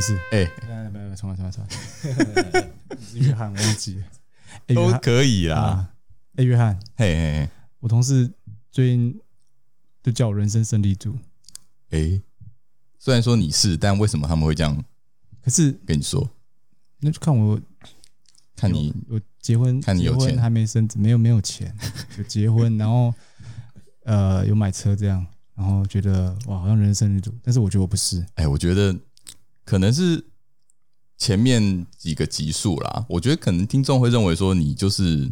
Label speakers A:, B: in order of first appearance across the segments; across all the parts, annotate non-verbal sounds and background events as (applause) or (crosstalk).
A: 是，
B: 哎，
A: 哎，没有没有，重来重来重 (laughs) 来。哎约翰忘记了，哎
B: 都
A: 约翰
B: 可以啦。
A: 啊，哎，约翰，
B: 嘿嘿
A: 我同事最近就叫我人生胜利组，
B: 嘿，哎，虽然说你是，但为什么他们会这样
A: 可是
B: 跟你说？
A: 那就看我
B: 看你
A: 有有结婚，
B: 看你有
A: 结婚
B: 钱
A: 还没生子，没有没有钱，有结婚， (laughs) 然后呃有买车这样，然后觉得哇好像人生胜利组，但是我觉得我不是，
B: 哎，我觉得可能是前面几个集数啦，我觉得可能听众会认为说你就是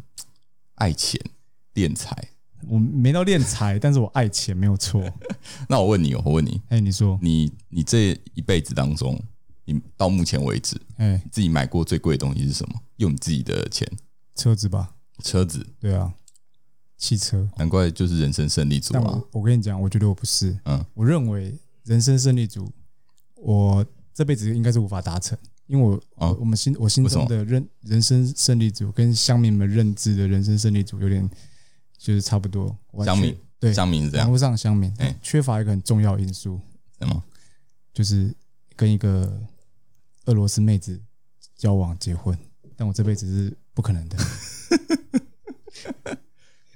B: 爱钱恋财。
A: 我没到练财， (laughs) 但是我爱钱没有错。
B: 那我问你哦，我问你，
A: 哎，你说，
B: 你你这一辈子当中，你到目前为止，
A: 哎，
B: 你自己买过最贵的东西是什么？用你自己的钱，
A: 车子吧，
B: 车子，
A: 对啊，汽车。
B: 难怪就是人生胜利组
A: 但
B: 啊
A: 我！我跟你讲，我觉得我不是，
B: 嗯，
A: 我认为人生胜利组，我这辈子应该是无法达成，因为我、
B: 啊
A: 我们心我心中
B: 为什
A: 的认人生胜利组跟乡民们认知的人生胜利组有点就是差不多。完全
B: 乡民
A: 对，
B: 张明是这
A: 网
B: 样，
A: 络上的乡民
B: 哎
A: 缺乏一个很重要的因素，
B: 什么？
A: 就是跟一个俄罗斯妹子交往结婚，但我这辈子是不可能的。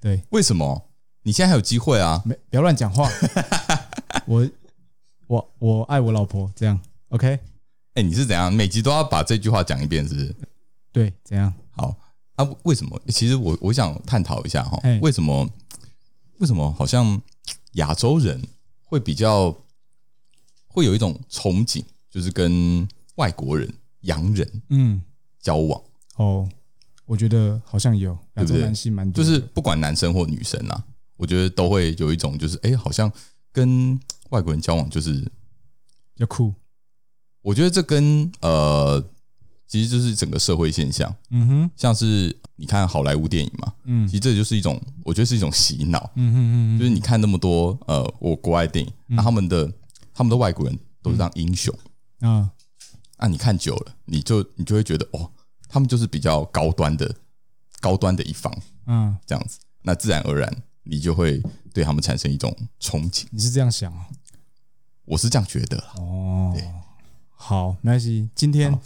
A: 对，
B: 为什么？你现在还有机会啊！
A: 没不要乱讲 (laughs) 话。我我我爱我老婆，这样 OK？
B: 哎、你是怎样？每集都要把这句话讲一遍，是不是？
A: 对，怎样？
B: 好啊，为什么？其实我我想探讨一下哈
A: 哎，
B: 为什么？为什么好像亚洲人会比较会有一种憧憬，就是跟外国人、洋人
A: 嗯，
B: 交往，
A: 哦，我觉得好像有亚
B: 对不
A: 洲
B: 对
A: 男性蛮
B: 就
A: 多的
B: 是不管男生或女生啊，我觉得都会有一种就是哎、好像跟外国人交往就是
A: 比较酷。
B: 我觉得这跟呃，其实就是整个社会现象，
A: 嗯哼，
B: 像是你看好莱坞电影嘛，
A: 嗯
B: 其实这就是一种，我觉得是一种洗脑，
A: 嗯哼嗯嗯
B: 就是
A: 哼，
B: 你看那么多呃，我国外电影，那、他们的他们的外国人都是当英雄，
A: 啊，
B: 那、你看久了，你就你就会觉得哦，他们就是比较高端的高端的一方
A: 嗯，
B: 这样子，那自然而然你就会对他们产生一种憧憬，
A: 你是这样想啊？
B: 我是这样觉得啦。
A: 哦
B: 对，
A: 好，没关系。今天
B: 好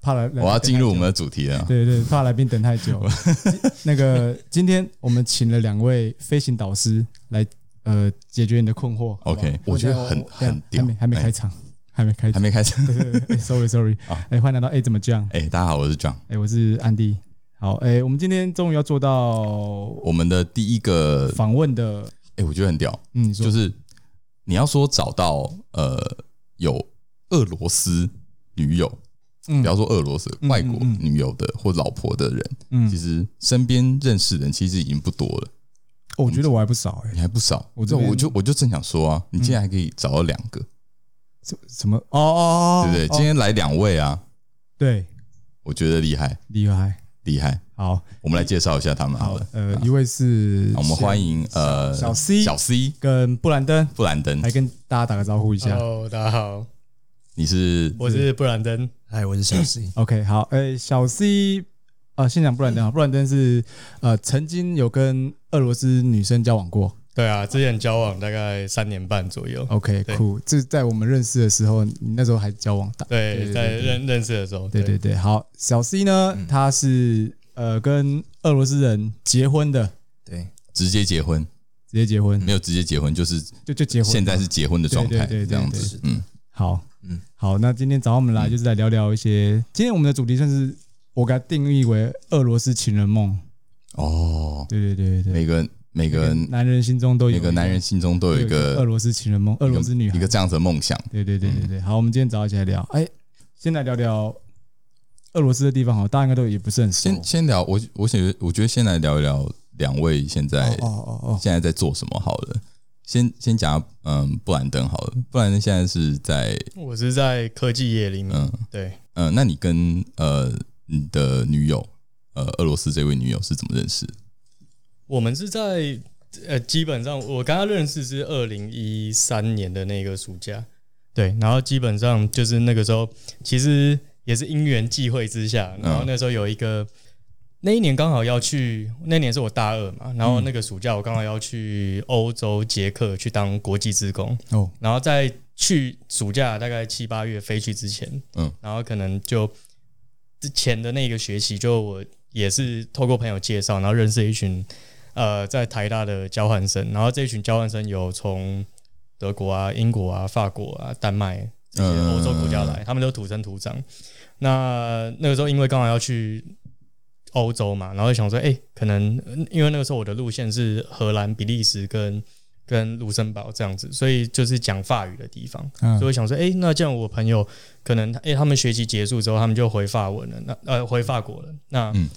A: 怕来，
B: 我要进入我们的主题了，
A: 对对，怕来宾等太
B: (laughs)
A: 久。今那个，今天我们请了两位飞行导师来，呃，解决你的困惑。好不好
B: OK，我觉得很
A: 我等一下
B: 很屌
A: 还没还没
B: 哎
A: 开场，还没开
B: 还
A: 场。
B: 没开啊
A: (laughs)
B: 始。
A: Sorry Sorry，
B: 好
A: 哎，欢迎来到哎怎么讲？
B: (laughs) 哎、大家好，我是 John。
A: 哎，我是安迪。好，哎，我们今天终于要做到
B: 我们的第一个，
A: 访问的，
B: 哎、我觉得很屌，
A: 嗯，你说
B: 就是你要说找到呃有俄罗斯女友，
A: 嗯
B: 不要说俄罗斯
A: 嗯
B: 外国
A: 嗯
B: 女友的或老婆的人，
A: 嗯
B: 其，实身边认识的人其实已经不多了，
A: 哦我觉得我还不少哎，
B: 你还不少。
A: 我这
B: 就
A: 边
B: 我就我就正想说啊，你竟然还可以找到两个，
A: 什什么？哦哦哦，
B: 对不对？
A: 哦
B: 今天来两位啊，
A: 对，
B: 我觉得厉害
A: 厉害。
B: 厉害。
A: 好，
B: 我们来介绍一下他们好
A: 好
B: 了，。
A: 呃，一位是
B: 那我们欢迎呃
A: 小 C
B: 小 C
A: 跟布兰登，
B: 布兰登
A: 来，跟大家打个招呼一下。
C: Hello，大家好，
B: 你是
C: 我是布兰登，嗨，我是小 C，
A: OK，好，诶、小 C，呃，先讲布兰登啊，布兰登是呃曾经有跟俄罗斯女生交往过。
C: (coughs) 对啊，之前交往大概三年半左右，
A: OK，
C: 对
A: 酷，这在我们认识的时候，你那时候还交往的。
C: 对，在认认识的时候，
A: 对对对，好，小 C 呢，
B: 嗯
A: 她是呃跟俄罗斯人结婚的，
D: 对，
B: 直接结婚，
A: 直接结婚，
B: 没有直接结婚，就是
A: 就就结婚。
B: 嗯现在是结婚的状态，
A: 对对对对
B: 这样
A: 对
B: 子，嗯，
A: 好，嗯
D: 嗯，
A: 好，那今天找我们来就是来聊聊一些，今天我们的主题算是我给它定义为俄罗斯情人梦。
B: 哦，
A: 对对对对对，
B: 每个人每个人
A: 男人心中都有
B: 每个男
A: 一
B: 人心中都有一
A: 俄
B: 个
A: 罗斯情人梦，俄罗斯女
B: 一
A: 孩
B: 个。这样子的梦想，
A: 对对对
B: 嗯
A: 对对，好，我们今天早上一起来聊。哎，先来聊聊俄罗斯的地方好，大家应该都也不是很熟。
B: 先先聊，我我觉得我觉得先来聊一聊两位现在
A: 哦哦哦，
B: 现在在做什么好了，先先讲嗯布兰登好了，布兰登现在是在
C: 我是在科技业里面，
B: 嗯
C: 对，
B: 嗯，那你跟呃你的女友呃俄罗斯这位女友是怎么认识的？
C: 我们是在呃，基本上我跟他认识是二零一三年的那个暑假，对，然后基本上就是那个时候，其实也是因缘际会之下，然后那时候有一个。那一年刚好要去，那年是我大二嘛，然后那个暑假我刚好要去欧洲捷克去当国际职工，
A: 哦
C: 然后在去暑假大概七八月飞去之前，
B: 嗯
C: 嗯，然后可能就之前的那个学期，就我也是透过朋友介绍，然后认识一群呃在台大的交换生，然后这群交换生有从德国啊、英国啊、法国啊、丹麦这些欧洲国家来，他们都土生土长。那那个时候因为刚好要去欧洲嘛，然后就想说，哎、可能嗯因为那个时候我的路线是荷兰、比利时跟跟卢森堡这样子，所以就是讲法语的地方，
A: 嗯
C: 所以我想说，哎、那这样我朋友可能，哎、他们学期结束之后，他们就回法文了，那呃回法国了，那、
B: 嗯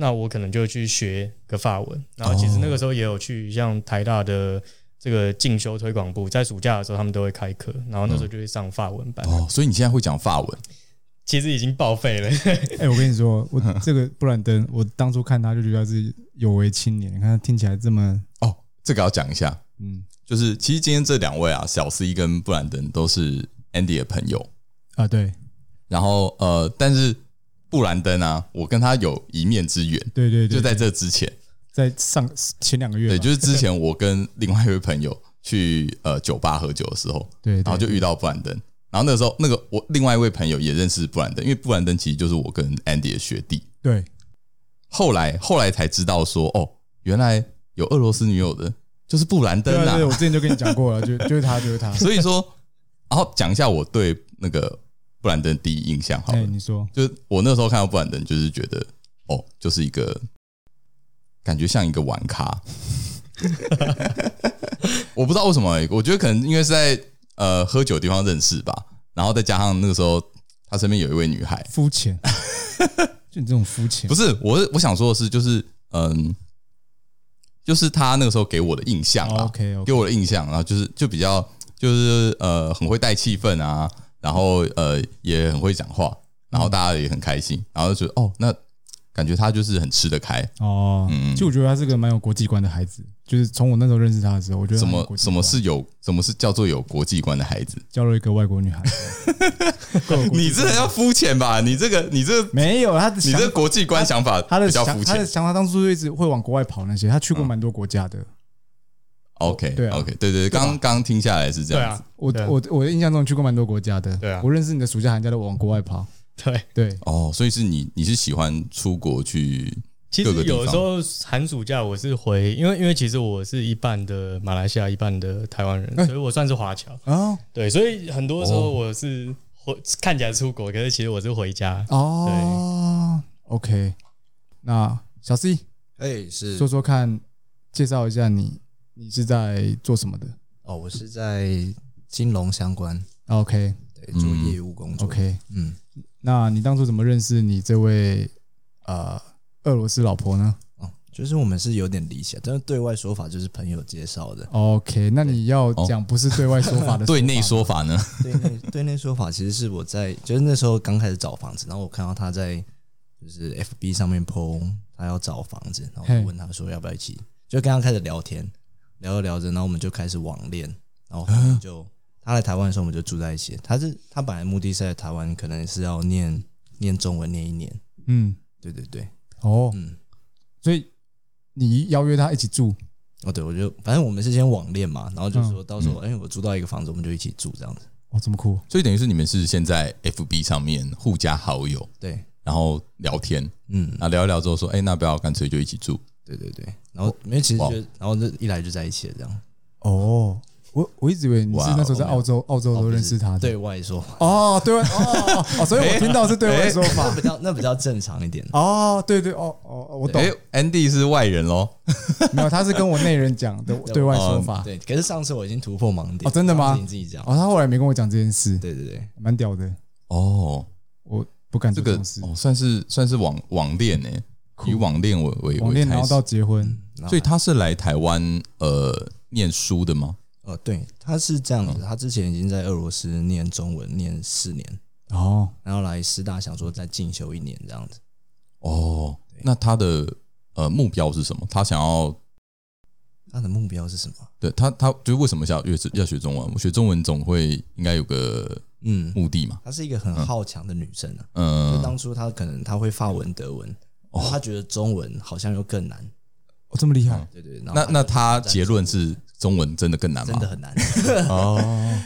C: 那我可能就去学个法文，然后其
B: 哦
C: 实那个时候也有去像台大的。这个进修推广部在暑假的时候，他们都会开课，然后那时候就会上法文班，
B: 嗯哦，所以你现在会讲法文，
C: 其实已经报废了。
A: 哎、我跟你说，
B: (laughs)
A: 我这个布兰登，我当初看他就觉得他是有为青年，你看他听起来这么，
B: 哦这个要讲一下。
A: 嗯
B: 就是其实今天这两位啊，小 C 跟布兰登都是 Andy 的朋友。
A: 啊，对
B: 然后呃，但是布兰登啊，我跟他有一面之缘，
A: 对对对，
B: 就在这之前，
A: 在上前两个月吧，
B: 对，就是之前我跟另外一位朋友去呃酒吧喝酒的时候，
A: 对，对
B: 然后就遇到布兰登。然后那个时候，那个我另外一位朋友也认识布兰登，因为布兰登其实就是我跟 Andy 的学弟。
A: 对
B: 后来后来才知道说，哦，原来有俄罗斯女友的，就是布兰登
A: 对啊对，我
B: 啊。
A: 之前就跟你讲
B: (laughs)
A: 过了，就就是他就是 (laughs) 他，
B: 所以说，然后讲一下我对那个布兰登第一印象好
A: 哎、
B: 了，
A: 你说
B: 就是我那时候看到布兰登，就是觉得哦，就是一个感觉像一个玩咖。 (laughs) 我不知道为什么欸、我觉得可能因为是在呃喝酒的地方认识吧，然后再加上那个时候他身边有一位女孩，
A: 肤
B: (laughs)
A: 浅，就你这种肤浅，
B: 不
A: 是
B: 是我是我想说的是，就是嗯，就是他那个时候给我的印象啊，
A: OK OK，
B: 给我的印象，然后就是就比较就是呃很会带气氛啊，然后呃也很会讲话，然
A: 嗯
B: 后大家也很开心，然后就觉得哦，那感觉他就是很吃得开，
A: 哦，
B: 嗯
A: 就我觉得他是个蛮有国际观的孩子，就是从我那时候认识他的时候，我觉得
B: 什
A: 他啊很有
B: 么
A: 国际
B: 什么
A: 观
B: 是有什么是叫做有国际观的孩子？
A: 交了一个外国女孩，够有国际
B: 你这个要肤浅吧？你这个你这个
A: 没有他的
B: 你
A: 想
B: 这个国际观想法
A: 他的
B: 比较
A: 想
B: 肤
A: 他的
B: 浅。
A: 想法当初就一直会往国外跑那些，他去过蛮多国家的。
B: OK
A: 对啊
B: OK 对对对，刚刚听下来是这
C: (laughs) 对
B: 样子
C: 啊。，
A: 我
C: 对啊
A: 我我的印象中去过蛮多国家的。
C: 对啊
A: 我认识你的暑假寒假都往国外跑。
C: 对，
A: 对，
B: 哦，所以是你你是喜欢出国去
C: 其
B: 各个
C: 实
B: 地
C: 有
B: 方
C: 时候寒暑假我是回，因为因为其实我是一半的马来西亚，一半的台湾人，
A: 哎
C: 所以我算是华侨。
A: 哦
C: 对，所以很多时
B: 哦
C: 候我是回、看起来出国，可是其实我是回家。
A: 哦，OK，那小 C
D: 哎，是
A: 说说看，介绍一下你，你是在做什么的
D: 哦，我是在金融相关，
A: ？OK
D: 对，做
B: 嗯
D: 业务工作。
A: OK，
D: 嗯，
A: 那你当初怎么认识你这位呃俄罗斯老婆呢。
D: 哦，就是我们是有点理想，但是对外说法就是朋友介绍的
A: ？OK，那你要讲不是对外说法的
B: 哦 (laughs) 对内
A: 法
B: 说法呢？
D: 对内对内说法其实是我在，就是那时候刚开始找房子，然后我看到他在就是 FB 上面 PO 他要找房子，然后我
A: 嘿
D: 就问他说要不要一起，就跟他开始聊天，聊着聊着，然后我们就开始网恋，然后后
A: 嗯
D: 面就他来台湾的时候我们就住在一起。他是他本来目的是在台湾，可能是要念念中文念一年，
A: 嗯，
D: 对对对，
A: 哦，
D: 嗯。
A: 所以你邀约他一起住，
D: 哦，对，我就反正我们是先网恋嘛，然后就
A: 嗯
D: 说到时候，哎、我租到一个房子，我们就一起住这样子。
A: 哦，这么酷，
B: 所以等于是你们是现在 FB 上面互加好友，
D: 对，
B: 然后聊天，
D: 嗯，
B: 那聊一聊之后说，哎、那不要干脆就一起住。
D: 对对对。然后因为其实
B: 哇
D: 就然后就一来就在一起了这样。
A: 哦，我我一直以为你是
B: 哇
A: 那时候在澳洲，澳洲都
D: 哦不是
A: 认识他的。
D: 对外说 (laughs) 法，
A: 哦，对外哦哦哦，
B: (laughs)
A: 所以我听到是对外说
D: 那
A: 法。
D: 比较那比较正常一点。
A: (laughs) 哦，对对，哦哦，哦我懂
B: 哎、，a n d y 是外人喽，
A: 没有，他是跟我内人讲
B: (laughs)
A: 的对外说
B: 哦
A: 法。
D: 对，可是上次我已经突破盲点。
A: 啊哦真的吗
D: 上次你自己讲。
A: 哦，他后来没跟我讲这件事，
D: 对对对，
A: 蛮屌的，
B: 哦，
A: 我不敢
B: 这
A: 做
B: 个
A: 种事。
B: 哦算是算是网网恋呢、
A: 酷
B: 以网恋为为
A: 网
B: 为
A: 恋然
B: 开
A: 后
B: 始
A: 到，结婚，
D: 然后
B: 所以他是来台湾呃念书的吗？
D: 哦，对，他是这样
A: 嗯
D: 子，他之前已经在俄罗斯念中文念四年，
B: 嗯
A: 哦，
D: 然后来师大想说再进修一年这样子。
B: 哦，那他的呃目标是什么？他想要
D: 他的目标是什么？
B: 对他他就是为什么想要学要学中文？我学中文总会应该有个
D: 嗯，
B: 目的嘛，
D: 她是一个很
A: 嗯
D: 好强的女生啊。就
B: 嗯、哦
D: 当初他可能他会法文、德文，然后他觉得中文好像又更难，
A: 哦，这么厉害
B: 嗯，
D: 对对。然后
B: 那那
D: 就
B: 他结论是中文真的更难吗？
D: 真的很难，
B: 哦，
A: (laughs)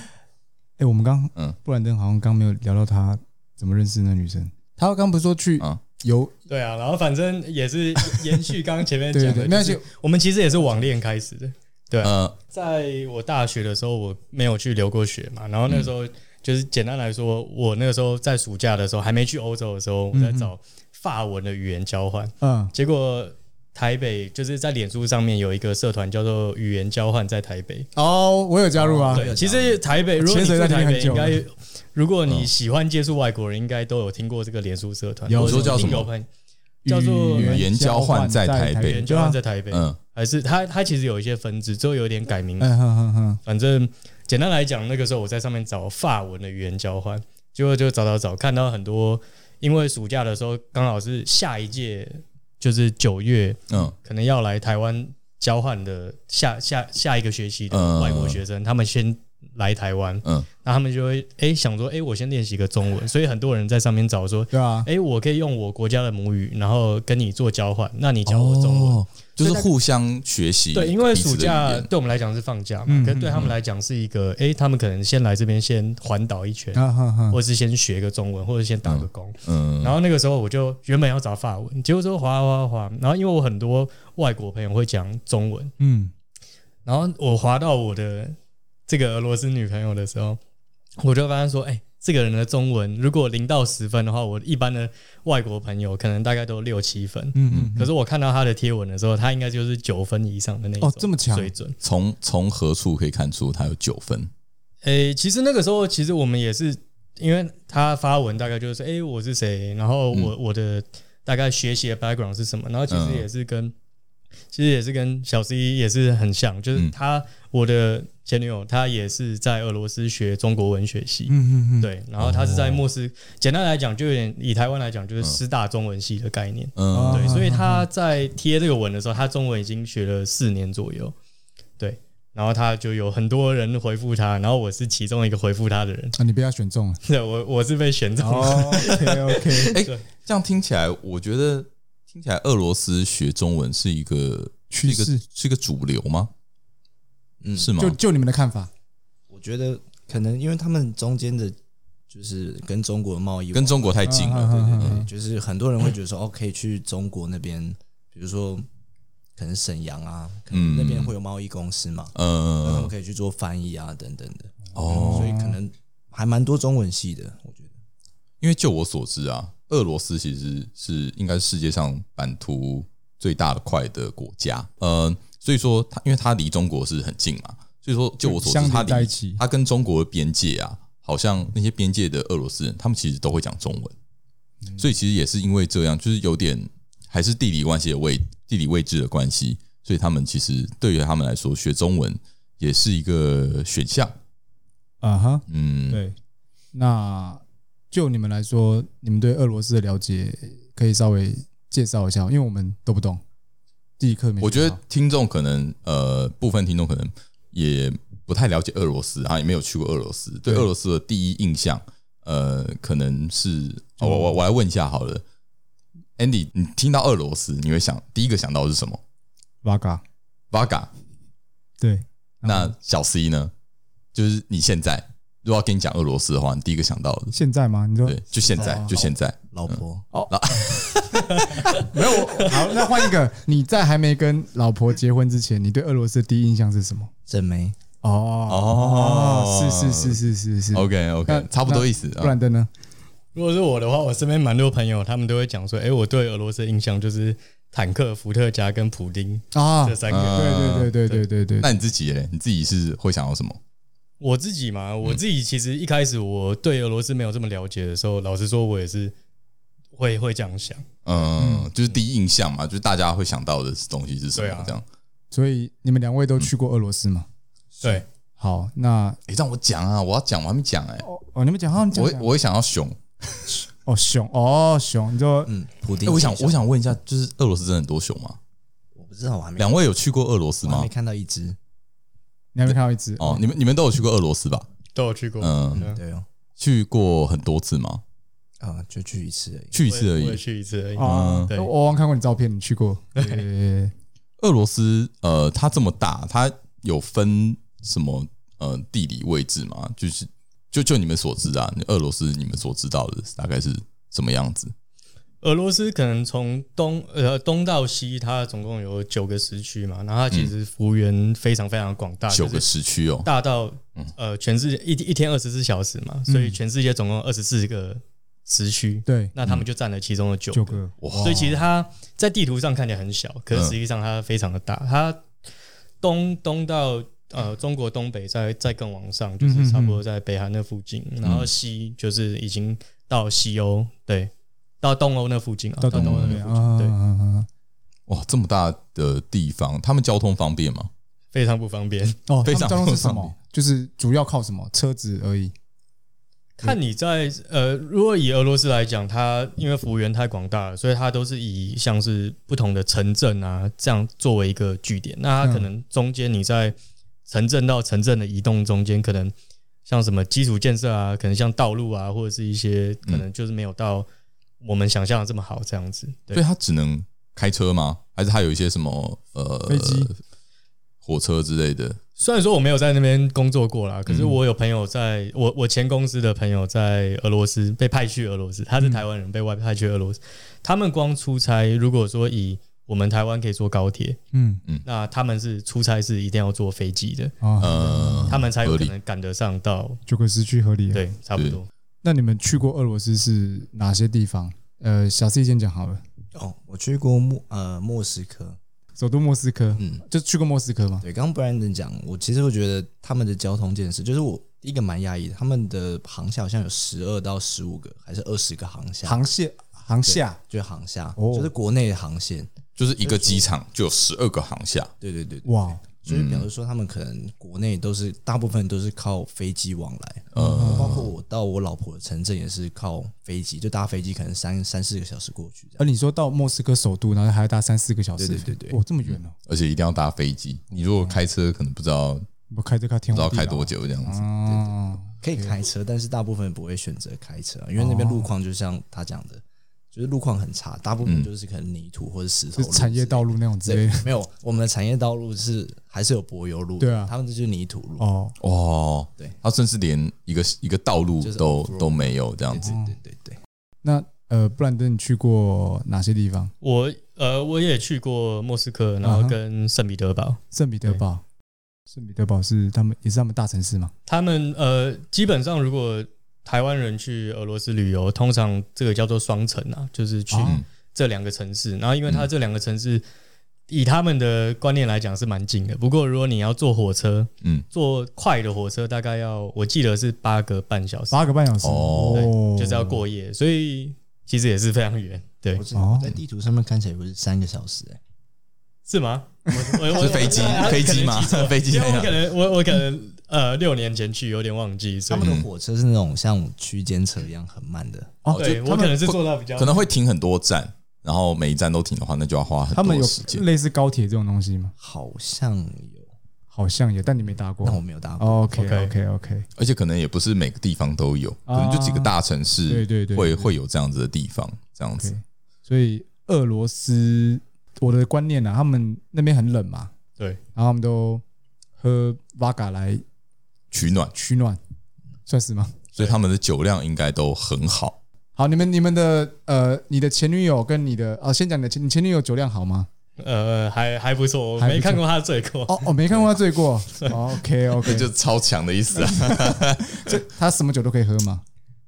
A: 哎，我们刚
B: 嗯
A: 布兰登好像刚没有聊到他怎么认识那女生，
E: 他刚不是说去
B: 嗯
E: 游？
C: 对啊，然后反正也是 (laughs) 延续刚刚前面讲
E: 对
C: 的，
E: 对对，没关
C: 就
E: 系
C: 是，我们其实也是网恋开始的。
B: 呃，
C: 在我大学的时候，我没有去留过学嘛，然后那时候就是简单来说，我那个时候在暑假的时候还没去欧洲的时候，我在找法文的语言交换，
A: 嗯，
C: 结果台北就是在脸书上面有一个社团叫做语言交换在台北，
E: 哦，我有加入啊，
C: 对，其实台北，如果
E: 潜
C: 你住
E: 水在
C: 台
E: 那
C: 北，
E: 边
C: 应
E: 很久
C: 该如果你喜欢接触外国人，应该都有听过这个脸书社团。
A: 有
C: 或者
B: 你说叫
C: 一定
B: 什么
C: 有朋友叫做
B: 语言交换在台北
C: 语言交换在台北，
B: 嗯，
C: 还是它它其实有一些分支，最后有点改名。
A: 嗯哼哼哼，
C: 反正简单来讲，那个时候我在上面找法文的语言交换，结果就找找找，看到很多，因为暑假的时候刚好是下一届，就是九月
B: 嗯
C: 可能要来台湾交换的下下下一个学期的
B: 嗯
C: 外国学生，他们先来台湾，
B: 嗯，
C: 那他们就会诶想说，诶我先练习个中文，所以很多人在上面找说，
A: 对啊，
C: 诶我可以用我国家的母语，然后跟你做交换，那你教我中文。
B: 哦就是互相学习彼此的
C: 对，
B: 语言。嗯
C: 因为暑假对我们来讲是放假嘛，
A: 嗯
C: 可是对他们来讲是一个，诶，他们可能先来这边先环岛一圈，
A: 啊哈哈，
C: 或者是先学个中文，或者先打个工。
B: 嗯，
C: 然后那个时候我就原本要找法文，结果说滑滑滑，然后因为我很多外国朋友会讲中文，
A: 嗯，
C: 然后我滑到我的这个俄罗斯女朋友的时候，我就发现说，哎、这个人的中文如果零到十分的话，我一般的外国朋友可能大概都六七分。
A: 嗯嗯
C: 可是我看到他的贴文的时候，他应该就是九分以上的那一种
A: 哦这么强
C: 水准。
B: 从从何处可以看出他有九分？
C: 诶、其实那个时候，其实我们也是，因为他发文大概就是说，诶、我是谁，然后我、我的大概学习的 background 是什么，然后其实
B: 嗯
C: 也是跟，其实也是跟小 C 也是很像，就是
B: 嗯
C: 他、我的前女友，她也是在俄罗斯学中国文学系。
A: 嗯嗯嗯，
C: 对，然后她是在
B: 哦
C: 莫斯，简单来讲，就有点以台湾来讲，就是师大中文系的概念。
A: 哦
B: 嗯，
C: 对，所以他在贴这个文的时候，他中文已经学了四年左右，对，然后他就有很多人回复他，然后我是其中一个回复他的人， (laughs)
A: 啊，你被他选中了
C: 对我我是被选
B: 哦
C: 中的，
A: ，OK
C: (laughs)
A: OK，
B: 这样听起来，我觉得听起来俄罗斯学中文是一个
A: 趋势
B: 是一个是一个主流吗？
D: 嗯
B: 是吗？
A: 就就你们的看法，
D: (laughs) 我觉得可能因为他们中间的，就是跟中国的贸易
B: 跟中嗯国太
A: 太
B: 近
C: 啊
B: 了，
D: 对，就是很多人会觉得说，哦，可以去中国那边，比如说可能沈阳啊，可能那边会有贸易公司嘛，他们
B: 嗯，
D: 可以去做翻译啊等等的，
B: 哦，
D: 所以可能还蛮多中文系的，我觉得。
B: 因为就我所知啊，俄罗斯其实是应该是世界上版图最大的块的国家，嗯，所以说它因为它离中国是很近嘛，所以说就我所
A: 相
B: 知，
A: 连
B: 它
A: 在一
B: 离
A: 起
B: 它跟中国的边界啊，好像那些边界的俄罗斯人，他们其实都会讲中文，
A: 嗯
B: 所以其实也是因为这样，就是有点还是地理关系的位地理位置的关系，所以他们其实对于他们来说，学中文也是一个选项。
A: 啊哈，
B: 嗯，
A: 对，那就你们来说，你们对俄罗斯的了解可以稍微介绍一下，因为我们都不懂，第一课没学到。啊
B: 我觉得听众可能呃，部分听众可能也不太了解俄罗斯，然后也没有去过俄罗斯，对
A: 对
B: 俄罗斯的第一印象，呃，可能是
A: 嗯
B: 哦我我我来问一下好了，Andy，你听到俄罗斯，你会想第一个想到的是什么
A: v 嘎，
B: ？Vaga？
A: 对，
B: 那小 C 呢？就是你现在如果要跟你讲俄罗斯的话，你第一个想到的，
A: 现在吗？你说
B: 对，就现
A: 哦
B: 在，就现在，
D: 老婆，
B: 嗯
A: 没有？我好，那换一个，你在还没跟老婆结婚之前，你对俄罗斯的第一印象是什么？
D: 正妹，
A: 哦
B: 哦
A: 是是是是是是
B: OK
A: 那
B: OK，差不多意思
A: 布
B: 啊。
A: 兰登呢？
C: 如果是我的话，我身边蛮多朋友，他们都会讲说，哎、我对俄罗斯的印象就是坦克、伏特加跟普丁
A: 啊
C: 这，三个。
B: 嗯
A: 对对对对对对对，
B: 那你自己嘞？你自己是会想到什么？
C: 我自己嘛，我自己其实一开始我对俄罗斯没有这么了解的时候，老实说，我也是会会这样想。
B: 嗯，就是第一印象嘛，就是大家会想到的东西是什
C: 对啊
B: 么这样。
A: 所以你们两位都去过俄罗斯吗？
C: 对，
A: 好，那
B: 诶，让我讲啊，我要讲，我还没讲哎、
A: 哦哦，你们讲，啊你讲
B: 我
A: 讲
B: 我会想到熊，
A: 哦熊哦熊，你说
D: 嗯，普
B: 诶
D: 丁。
B: 哎我想我，想问一下，就是俄罗斯真的很多熊吗？
D: 我不知道，我还没，
B: 两位有去过俄罗斯
D: 我还
B: 吗
D: 没？看到一只。嗯
A: 你还没看到一只
B: 哦，你们你们都有去过俄罗斯吧？
C: 都有去过。
B: 嗯
C: 对
D: 对哦，
B: 去过很多次吗？
D: 啊，就去一次而已。
B: 去一
C: 我
B: 次而
C: 也我也
B: 已。啊
C: 去一次而已。
A: 哦，
C: 对
A: 我我好像看过你照片，你去过？对对对
B: 俄罗斯呃，它这么大，它有分什么呃地理位置吗？就是就就你们所知啊，俄罗斯你们所知道的大概是什么样子？
C: 俄罗斯可能从东呃东到西，它总共有九个时区嘛，然后它其实幅员非常非常广大，
B: 九
C: 啊就
B: 个
C: 是
B: 时区哦，
C: 大到呃全世界一一天二十四小时嘛，所以
B: 嗯
C: 全世界总共二十四个时区，
A: 对，
C: 那他
B: 嗯
C: 们就占了其中的九
A: 九
C: 个，
A: 个，
B: 哇，
C: 所以
A: 哦
C: 其实它在地图上看起来很小，可是实际上它非常的大，它东东到。呃，中国东北再再更往上，就
A: 嗯嗯
C: 是
A: 嗯
C: 差不多在北韩那附近，然后西就是已经到西欧，对，到东欧那附近啊，
A: 到东
B: 东
A: 欧那
B: 欧那
A: 边
C: 附近
A: 啊，
C: 对
A: 啊，啊啊
B: 哇，这么大的地方，他们交通方便吗？
C: 非常不方便。
A: 哦，
B: 非
A: 他们
B: 常
A: 交通是什
B: 方
A: 么
B: 便？
A: 就是主要靠什么？车子而已。
C: 看你在呃，如果以俄罗斯来讲，它因为幅员太广大了，所以它都是以像是不同的城镇啊这样作为一个据点。那它可能中间你在城镇到城镇的移动中间，可能像什么基础建设啊，可能像道路啊，或者是一些可能就是没有到我们想象的这么好这样子。
B: 所以
C: 对，
B: 他只能开车吗？还是他有一些什么呃
A: 飞机、
B: 火车之类的？
C: 虽然说我没有在那边工作过啦，可是
B: 嗯
C: 我有朋友在，我我前公司的朋友在俄罗斯被派去俄罗斯，他是台湾人，被外派去俄罗斯。他们光出差，如果说以我们台湾可以坐高铁，
A: 嗯，
C: 那他们是出差是一定要坐飞机的，
A: 啊，
B: 呃，
C: 他们才有
B: 合
C: 可
B: 理
C: 能赶得上到。
A: 九个时区合理。，
C: 对，差不多。
A: 那你们去过俄罗斯是哪些地方？呃，小 C 先讲好了，
D: 哦，我去过莫呃莫斯科，
A: 首都莫斯科，
D: 嗯，
A: 就去过莫斯科吗？
D: 对，刚刚 Brandon 讲，我其实会觉得他们的交通建设，就是我一个蛮压抑的，他们的航线好像有十二到十五个，还是二十个航线，
A: 航线，航下，
D: 就是航厦，
A: 哦
D: 就是国内的航线。
B: 就是一个机场就有十二个航厦，
D: 对对对对，
A: 哇，
D: 所以表示说他们可能国内都是大部分都是靠飞机往来，
A: 嗯
D: 嗯
B: 呃，
D: 包括我到我老婆的城镇也是靠飞机，就搭飞机可能三三四个小时过去这
A: 而
D: 样。
A: 你说到莫斯科首都，然后还要搭三四个小时，
D: 对对对对
A: 哇，这么远哦！
B: 而且一定要搭飞机。你如果开车，可能不知道
A: 我开这个
B: 不
A: 天
B: 知
A: 荒
B: 道
A: 地
B: 开
A: 老
B: 多久这样子。
A: 啊？
D: 可以开车，但是大部分不会选择开车啊，因为那
A: 哦
D: 边路况就像他讲的，就是路况很差，大部分就是可能泥土或者石
A: 就
D: 头路之类
A: 是
D: 的。
A: 产业道路那种之类
D: 对
A: 的，
D: 没有，我们的产业道路是还是有柏油路的，
A: 对啊
D: 他们这就是泥土路，
A: 哦，
B: 哦，
D: 对，
B: 他甚至连一个一个道路
D: 就是
B: 都
D: off-road
B: 都没有这样
D: 对
B: 子。
D: 对对对对。
A: 哦那呃，布兰登你去过哪些地方？
C: 我呃，我也去过莫斯科，然
A: 啊
C: 后
A: 哈
C: 跟圣彼得堡。
A: 圣彼得堡，圣彼得堡是他们也是他们大城市嘛？
C: 他们呃，基本上如果台湾人去俄罗斯旅游，通常这个叫做双城啊，就是去
A: 哦
C: 这两个城市。然后，因为它
B: 嗯
C: 这两个城市、以他们的观念来讲是蛮近的，不过如果你要坐火车，
B: 嗯，
C: 坐快的火车大概要我记得是八个半小时，
A: 八个半小时
B: 哦
C: 对，就是要过夜，所以其实也是非常远，对
D: 我，知
A: 哦
D: 道在地图上面看起来不是三个小时、欸，
C: 是吗？我我我
B: 是嗯 (laughs) 飞
C: (laughs)
B: 机
C: 我
B: 飞机吗
C: 可能记错
B: 飞机
C: 因为
B: 那
C: 我 (laughs)
B: 样
C: 可能我我可能呃六年前去有点忘记，所
D: 他
C: 以
D: 们的火车是那种像区间车一样很慢的，
A: 哦
C: 对
A: 就
C: 我
A: 他
C: 可
A: 们
C: 能是做到比较
B: 可能会停很多站，然后每一站都停的话，那就要花很
A: 他们
B: 多时
A: 有嗯
B: 间。
A: 类似高铁这种东西吗？
D: 好像有，
A: 好像有，但你没搭过哦
D: 但。我没有搭过。
A: OK
C: OK
A: OK OK，
B: 而且可能也不是每个地方都有，可能就几个大城
A: 对
B: 市
A: 对对，对
B: 会会有这样子的地方，这样子
A: OK。所以俄罗斯，我的观念呢、啊，他们那边很冷嘛，
C: 对
A: 然后他们都喝 Vaga 来
B: 取暖，
A: 取暖，算是吗？
B: 所以他们的酒量应该都很好。
A: 好，你们你们的呃，你的前女友跟你的啊，先讲你的前你前女友酒量好吗？
C: 呃，还还不错，我
A: 还不错
C: 没看过他醉过。
A: 哦，我没看过她醉过。OK 哦
B: 这
A: OK，
B: (laughs) 就是超强的意思啊！
A: 她什么酒都可以喝嘛。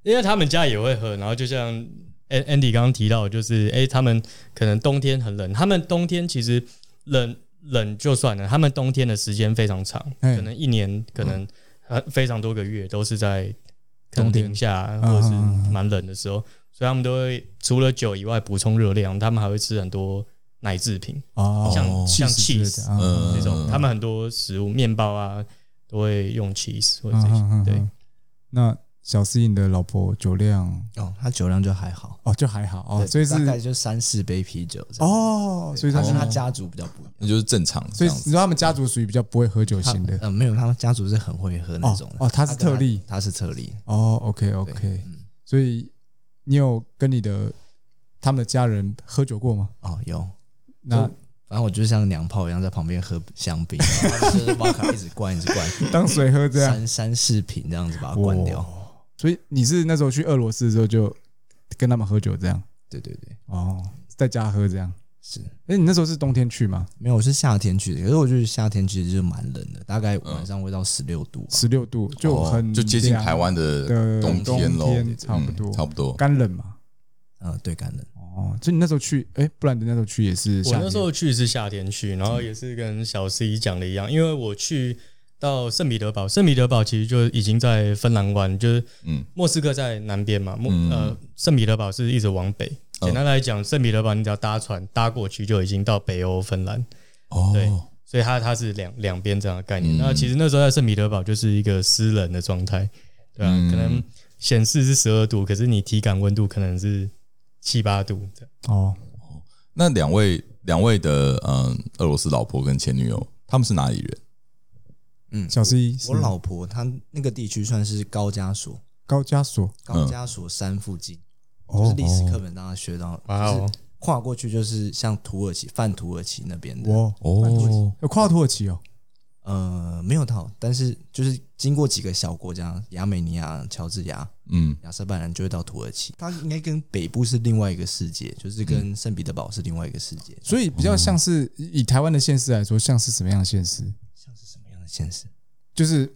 C: 因为他们家也会喝，然后就像 An- Andy 刚刚提到，就是哎、诶他们可能冬天很冷，他们冬天其实冷冷就算了，他们冬天的时间非常长，
A: 哎
C: 可能一年可能呃非常多个月都是在可能
A: 冬天
C: 零下
A: 嗯
C: 或者是
A: 嗯嗯嗯
C: 蛮冷的时候，所以他们都会除了酒以外补充热量，他们还会吃很多奶制品，
A: 哦
C: 像像
A: cheese 之类
C: cheese
A: 的啊
B: 嗯
C: 那种，他们很多食物面包啊都会用 cheese 或者
A: 嗯
C: 这些，
A: 嗯嗯
C: 对。
A: 嗯那小司颖的老婆酒量
D: 哦，他酒量就还好，
A: 哦，就还好哦，
D: 对
A: 所以是
D: 大概就三四杯啤酒这样。
A: 哦，
D: 对，
A: 所以他
D: 他
A: 是
D: 跟他家族比较不一样，
B: 那就是正常
A: 所
B: 这
A: 以
B: 样
A: 你
B: 子。
A: 说他们家族属于比较不会喝酒
D: 他
A: 型的
D: 呃没有，他们家族是很会喝那种的
A: 哦哦他是
D: 跟
A: 特例
D: 他是特例。
A: 哦。OK
D: 对
A: OK，
D: 嗯，
A: 所以你有跟你的他们的家人喝酒过吗？
D: 哦有，
A: 那
D: 就然后我就像娘炮一样在旁边喝香槟，然后就是把卡一直灌一
A: (laughs)
D: 直灌，
A: 当水喝这样。
D: 三三四瓶这样子把它灌掉。
A: 所以你是那时候去俄罗斯之后就跟他们喝酒这样
D: 对对对，
A: 哦，在家喝这样。
D: 是
A: 哎，你那时候是冬天去吗？
D: 没有，我是夏天去的，可是我觉得夏天其实就蛮冷的，大概晚上会到十六度吧。
A: 十六度就
B: 哦
A: 很
B: 就接近
A: 凉
B: 台湾的
A: 的
B: 冬天喽
A: 冬天，差不多
B: 嗯差不多。
A: 干冷嘛。
D: 嗯，对，干冷。
A: 哦，所以你那时候去，哎，不然你那时候去也是
C: 我
A: 夏
C: 那
A: 天
C: 时候去是夏天去，然后也是跟小 C 讲的一样，因为我去到圣彼得堡，圣彼得堡其实就已经在芬兰湾，就是
B: 嗯，
C: 莫斯科在南边嘛，莫、
B: 嗯
C: 呃圣彼得堡是一直往北。
B: 嗯
C: 简单来讲，圣彼得堡你只要搭船搭过去就已经到北欧芬兰，对
B: 哦，
C: 所以它它是两两边这样的概念。
B: 嗯
C: 那其实那时候在圣彼得堡就是一个湿冷的状态，对啊，
B: 嗯
C: 可能显示是十二度，可是你体感温度可能是七八度这样。
A: 哦，
B: 那两位两位的嗯俄罗斯老婆跟前女友，他们是哪里人？
D: 嗯，
A: 小 C 是
D: 我老婆她那个地区算是高加索，
A: 高加索
D: 高加索山附近，就
A: 哦
D: 是历史课本当然学到，
C: 哇
D: 就
C: 哦
D: 是，跨过去就是像土耳其、泛土耳其那边的。
A: 哦，
B: 哦，
A: 有跨土耳其哦，
B: 嗯
D: 呃，没有到，但是就是经过几个小国家，亚美尼亚、乔治亚、
B: 嗯
D: 亚塞拜然就会到土耳其。它应该跟北部是另外一个世界，就是跟圣彼得堡是另外一个世界。
A: 所以比
B: 哦
A: 较像是以台湾的现实来说，像是什么样的现实？
D: 像是什么样的现实？
A: 就是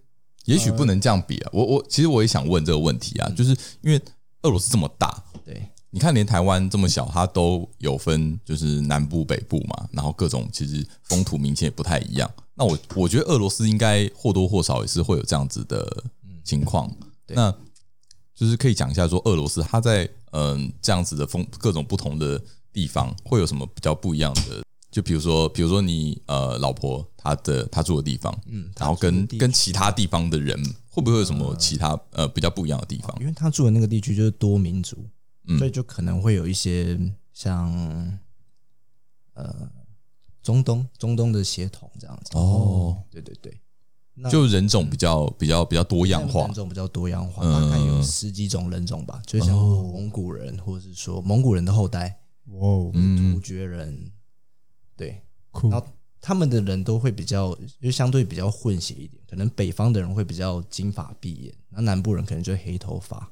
B: 也许不能这样比啊。
A: 呃
B: 我我其实我也想问这个问题
A: 嗯
B: 啊，就是因为俄罗斯这么大，
D: 对，
B: 你看连台湾这么小，它都有分就是南部北部嘛，然后各种其实风土民情也不太一样。那我我觉得俄罗斯应该或多或少也是会有这样子的情况。
D: 嗯对
B: 那就是可以讲一下说，俄罗斯它在嗯这样子的风各种不同的地方会有什么比较不一样的？就比如说，比如说你呃老婆她的她住的地方，
D: 嗯，
B: 然后
D: 她住的
B: 跟
D: 地区
B: 跟其他地方的人会不会有什么其他呃比较不一样的地方？
D: 因为他住的那个地区就是多民族，
B: 嗯
D: 所以就可能会有一些像呃中东中东的血统这样子。
B: 哦，
D: 对对对，
A: 嗯
D: 那
B: 就人种比较比较比较多样
D: 现在
B: 化
D: 人，种比较多样化，
B: 嗯哦
D: 大概有十几种人种吧，就像蒙古人，或者是说蒙古人的后代、
A: 哇哦，
D: 突
B: 嗯
D: 厥人，对，
A: 酷
D: 然后他们的人都会比较，就相对比较混血一点，可能北方的人会比较金发碧眼，那南部人可能就黑头发，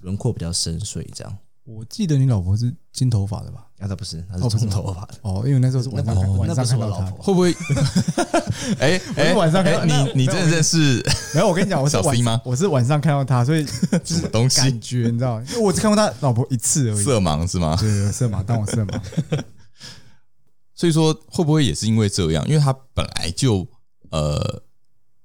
D: 轮廓比较深邃这样。
A: 我记得你老婆是金头发的吧？
D: 啊，他不是，他
A: 哦不
D: 是
A: 是
D: 棕头发的。
A: 哦，因为那时候是晚上看
D: 那不
A: 晚上看到
D: 那不是我
A: 她
D: 老
A: 的。
B: 会
D: 婆
B: 不 (laughs) 会？哎哎，
A: 晚上看到
B: 哎
A: 那
B: 你你真的认识
A: 没有，我跟你讲，我是
B: 小 C
A: 晚
B: 吗
A: 我是晚上看到她，所以就
B: (laughs) 什么
A: 是
B: 东西
A: 感觉你知道，因为我只看过她老婆一次而已。
B: 色盲是吗？
A: 对对，对色盲，当我色盲。
B: 所以说会不会也是因为这样？因为他本来就呃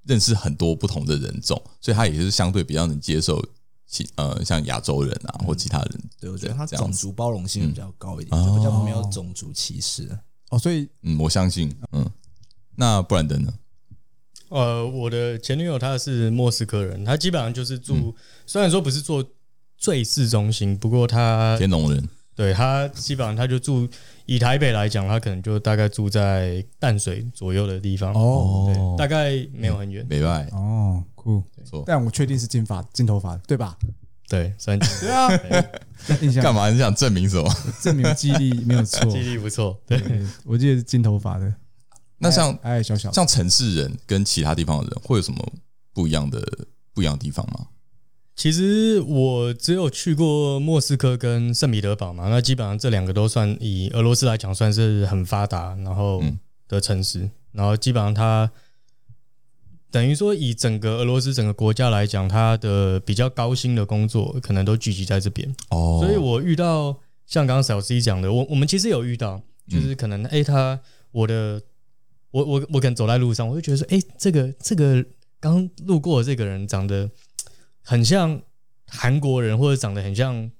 B: 认识很多不同的人种，所以他也是相对比较能接受其呃像亚洲人啊
A: 嗯
B: 或其他人。
D: 对，我觉得他
B: 这样
D: 种
B: 子
D: 族包容性比较高一点，
B: 嗯
D: 就比较没有种族歧视。
A: 哦，所以
B: 嗯，我相信。嗯，那布兰登呢？
C: 呃，我的前女友她是莫斯科人，她基本上就是住，虽然说不是做最市中心，不过
A: 呃
C: 她
B: 天龙人。
C: 对她基本上她就住，以台北来讲，她可能就大概住在淡水左右的地方，
A: 哦
C: 对，大概没有很远，
B: 没拜，
A: 哦酷
B: 错，
A: 但我确定是金发金头发的，对吧？
C: 对，算
A: 对啊，印象
B: 干嘛？你想证明什么？
A: 证明记忆力没有错。
C: 记忆力不错，对，
A: 对我记得是金头发的，
B: 那像
A: 矮矮小小的。
B: 像城市人跟其他地方的人会有什么不一样的不一样的地方吗？
C: 其实我只有去过莫斯科跟圣彼得堡嘛，那基本上这两个都算以俄罗斯来讲算是很发达，然后
B: 嗯
C: 的城市，然后基本上它等于说以整个俄罗斯整个国家来讲，它的比较高薪的工作可能都聚集在这边，
B: 哦
C: 所以我遇到像刚刚小 C 讲的，我我们其实有遇到，就是
B: 嗯
C: 可能诶，他我的我我我可能走在路上，我就觉得说，诶，这个这个刚路过的这个人长得很像韩国人，或者长得很像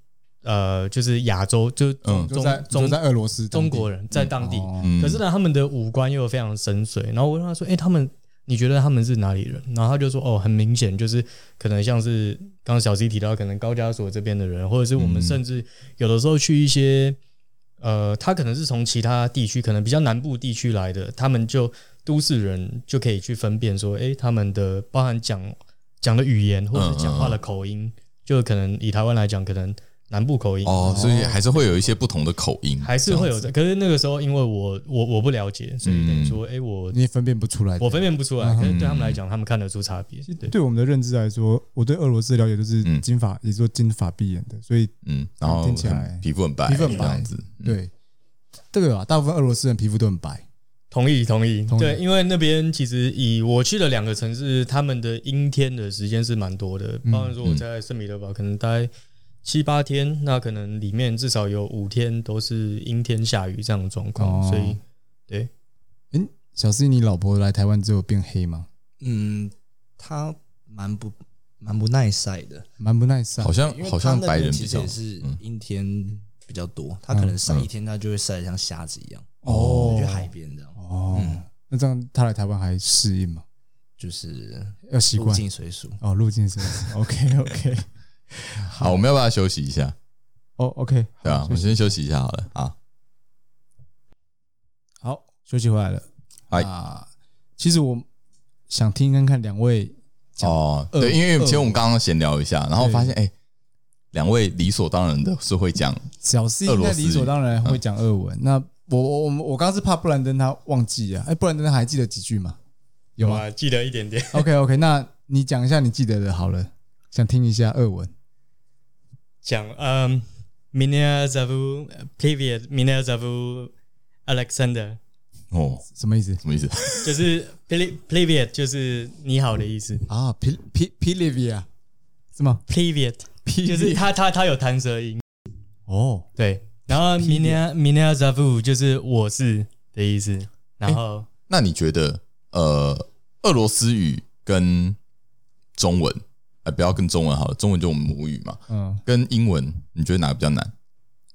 C: 呃，就是亚洲，就是中、
B: 嗯
A: 就
C: 中
A: 在就
C: 中
A: 在俄罗斯当
C: 中
A: 地，
C: 国人在当地，
A: 哦
B: 嗯
C: 可是呢，他们的五官又非常深邃。然后我问他说：“哎、他们你觉得他们是哪里人？”然后他就说：“哦，很明显就是可能像是刚刚小 C 提到，可能高加索这边的人，或者是我
B: 嗯
C: 们甚至有的时候去一些，呃，他可能是从其他地区，可能比较南部地区来的，他们就都市人就可以去分辨说，哎、他们的
B: 嗯
C: 包含讲讲的语言或者是讲话的口音，就可能以台湾来讲，可能南部口音，
B: 哦，所以还是会有一些不同的口音，
C: 还是会有的。可是那个时候，因为我我我不了解，所以等于说，
A: 嗯
C: 哎、我
A: 你也分辨不出来。
C: 我分辨不出来。
A: 嗯
C: 可是对他们来讲，他们看得出差别。对，
A: 对我们的认知来说，我对俄罗斯了解就是
B: 嗯
A: 金发，也说金发碧眼的，所以
B: 这样子，嗯，然后
A: 听起来
B: 很皮肤很白，
A: 皮肤很
B: 这
A: 白
B: 样子，嗯，
A: 对这个啊，大部分俄罗斯人皮肤都很白，
C: 同意同意。
A: 同意
C: 对，因为那边其实以我去的两个城市，他们的阴天的时间是蛮多的。包
A: 嗯
C: 含说我在圣彼得堡可能待七八天，那可能里面至少有五天都是阴天下雨这样的状况，
A: 哦
C: 所以
A: 小 C，你老婆来台湾之后变黑吗？
D: 嗯，他蛮不蛮不耐晒的，
A: 蛮不耐晒
B: 好，像
D: 因为
B: 好
D: 他
B: 像
D: 那
B: 白
D: 边
B: 人
D: 其
B: 比
D: 实
B: 较
D: 也是
B: 嗯
D: 阴天比较多，他可能晒一天，他就会晒得像瞎子一样，
A: 哦
D: 就去海边这样，
A: 哦。那这样他来台湾还适应吗？
D: 就是
A: 要习
D: 入
A: 惯
D: 境随俗。
A: 哦，路径是
B: (laughs)
A: OK OK
B: 好，我们要不要休息一下？
A: 哦 OK，
B: 对啊，我
A: 休
B: 们
A: 息
B: 先休息一下好了啊。
A: 好休息回来了。
B: 哎
A: 啊，其实我想听看看两位讲
B: 哦，
A: 俄
B: 对，因为
A: 俄
B: 其实我们刚刚闲聊一下，然后
A: 对
B: 发现哎，两位理所当然的是会讲
A: 小 C
B: 俄
A: 应
B: 罗
A: 该
B: 斯
A: 理所当然
B: 嗯
A: 会讲俄文。那我我我我刚刚是怕布兰登他忘记啊，哎，布兰登他还记得几句吗？有吗
C: 啊，记得一点点。
A: ？OK OK，那 (laughs) 你讲一下你记得的好了，想听一下俄文。
C: 讲，嗯 m i n a z a v u p r i v i e t m i n a z a v u Alexander，
B: 哦，
A: 什么意思
B: 什么意思？
C: 就是 p r i v i e t 就是你好的意思
A: 啊？P P P Livia 是吗
C: p r i v i e t
A: (laughs) ？P
C: 就是他他他有弹舌音，
A: 哦，
C: 对。然后 m i n a m i n a z a v u 就是我是的意思，然后
B: 那你觉得呃，俄罗斯语跟中文，哎，不要跟中文好了，中文就我们母语嘛，
A: 嗯，
B: 跟英文，你觉得哪个比较难？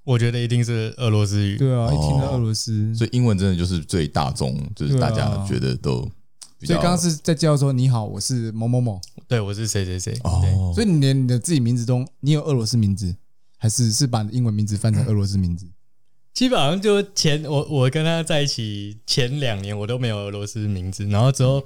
C: 我觉得一定是俄罗斯语。
A: 对啊，一听到
B: 哦
A: 俄罗斯，
B: 所以英文真的就是最大众，就是
A: 对啊
B: 大家觉得都比
A: 所
B: 较。
A: 以刚刚是在介绍说你好，我是某某某，
C: 对，我是谁谁谁。对，
B: 哦，
A: 所以你连你的自己名字中，你有俄罗斯名字，还是是把你的英文名字翻成俄罗斯名字？
C: 基本上就前我我跟他在一起前两年，我都没有俄罗斯名字，然后之后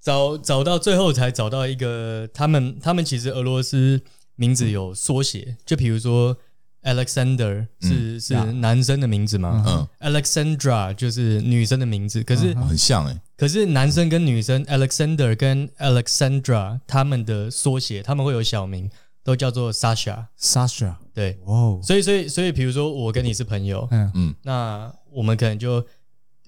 C: 找找到最后才找到一个他们他们其实俄罗斯名字有缩写，就比如说 Alexander 是、是男生的名字嘛，
B: 嗯，
C: Alexandra 就是女生的名字，可是、
B: 很像哎、
C: 可是男生跟女生 Alexander 跟 Alexandra 他们的缩写，他们会有小名，都叫做 Sasha。
A: Sasha，
C: 对，
A: 哇哦，
C: 所以所以所以，比如说我跟你是朋友，
A: 嗯
B: 嗯
C: 那我们可能就，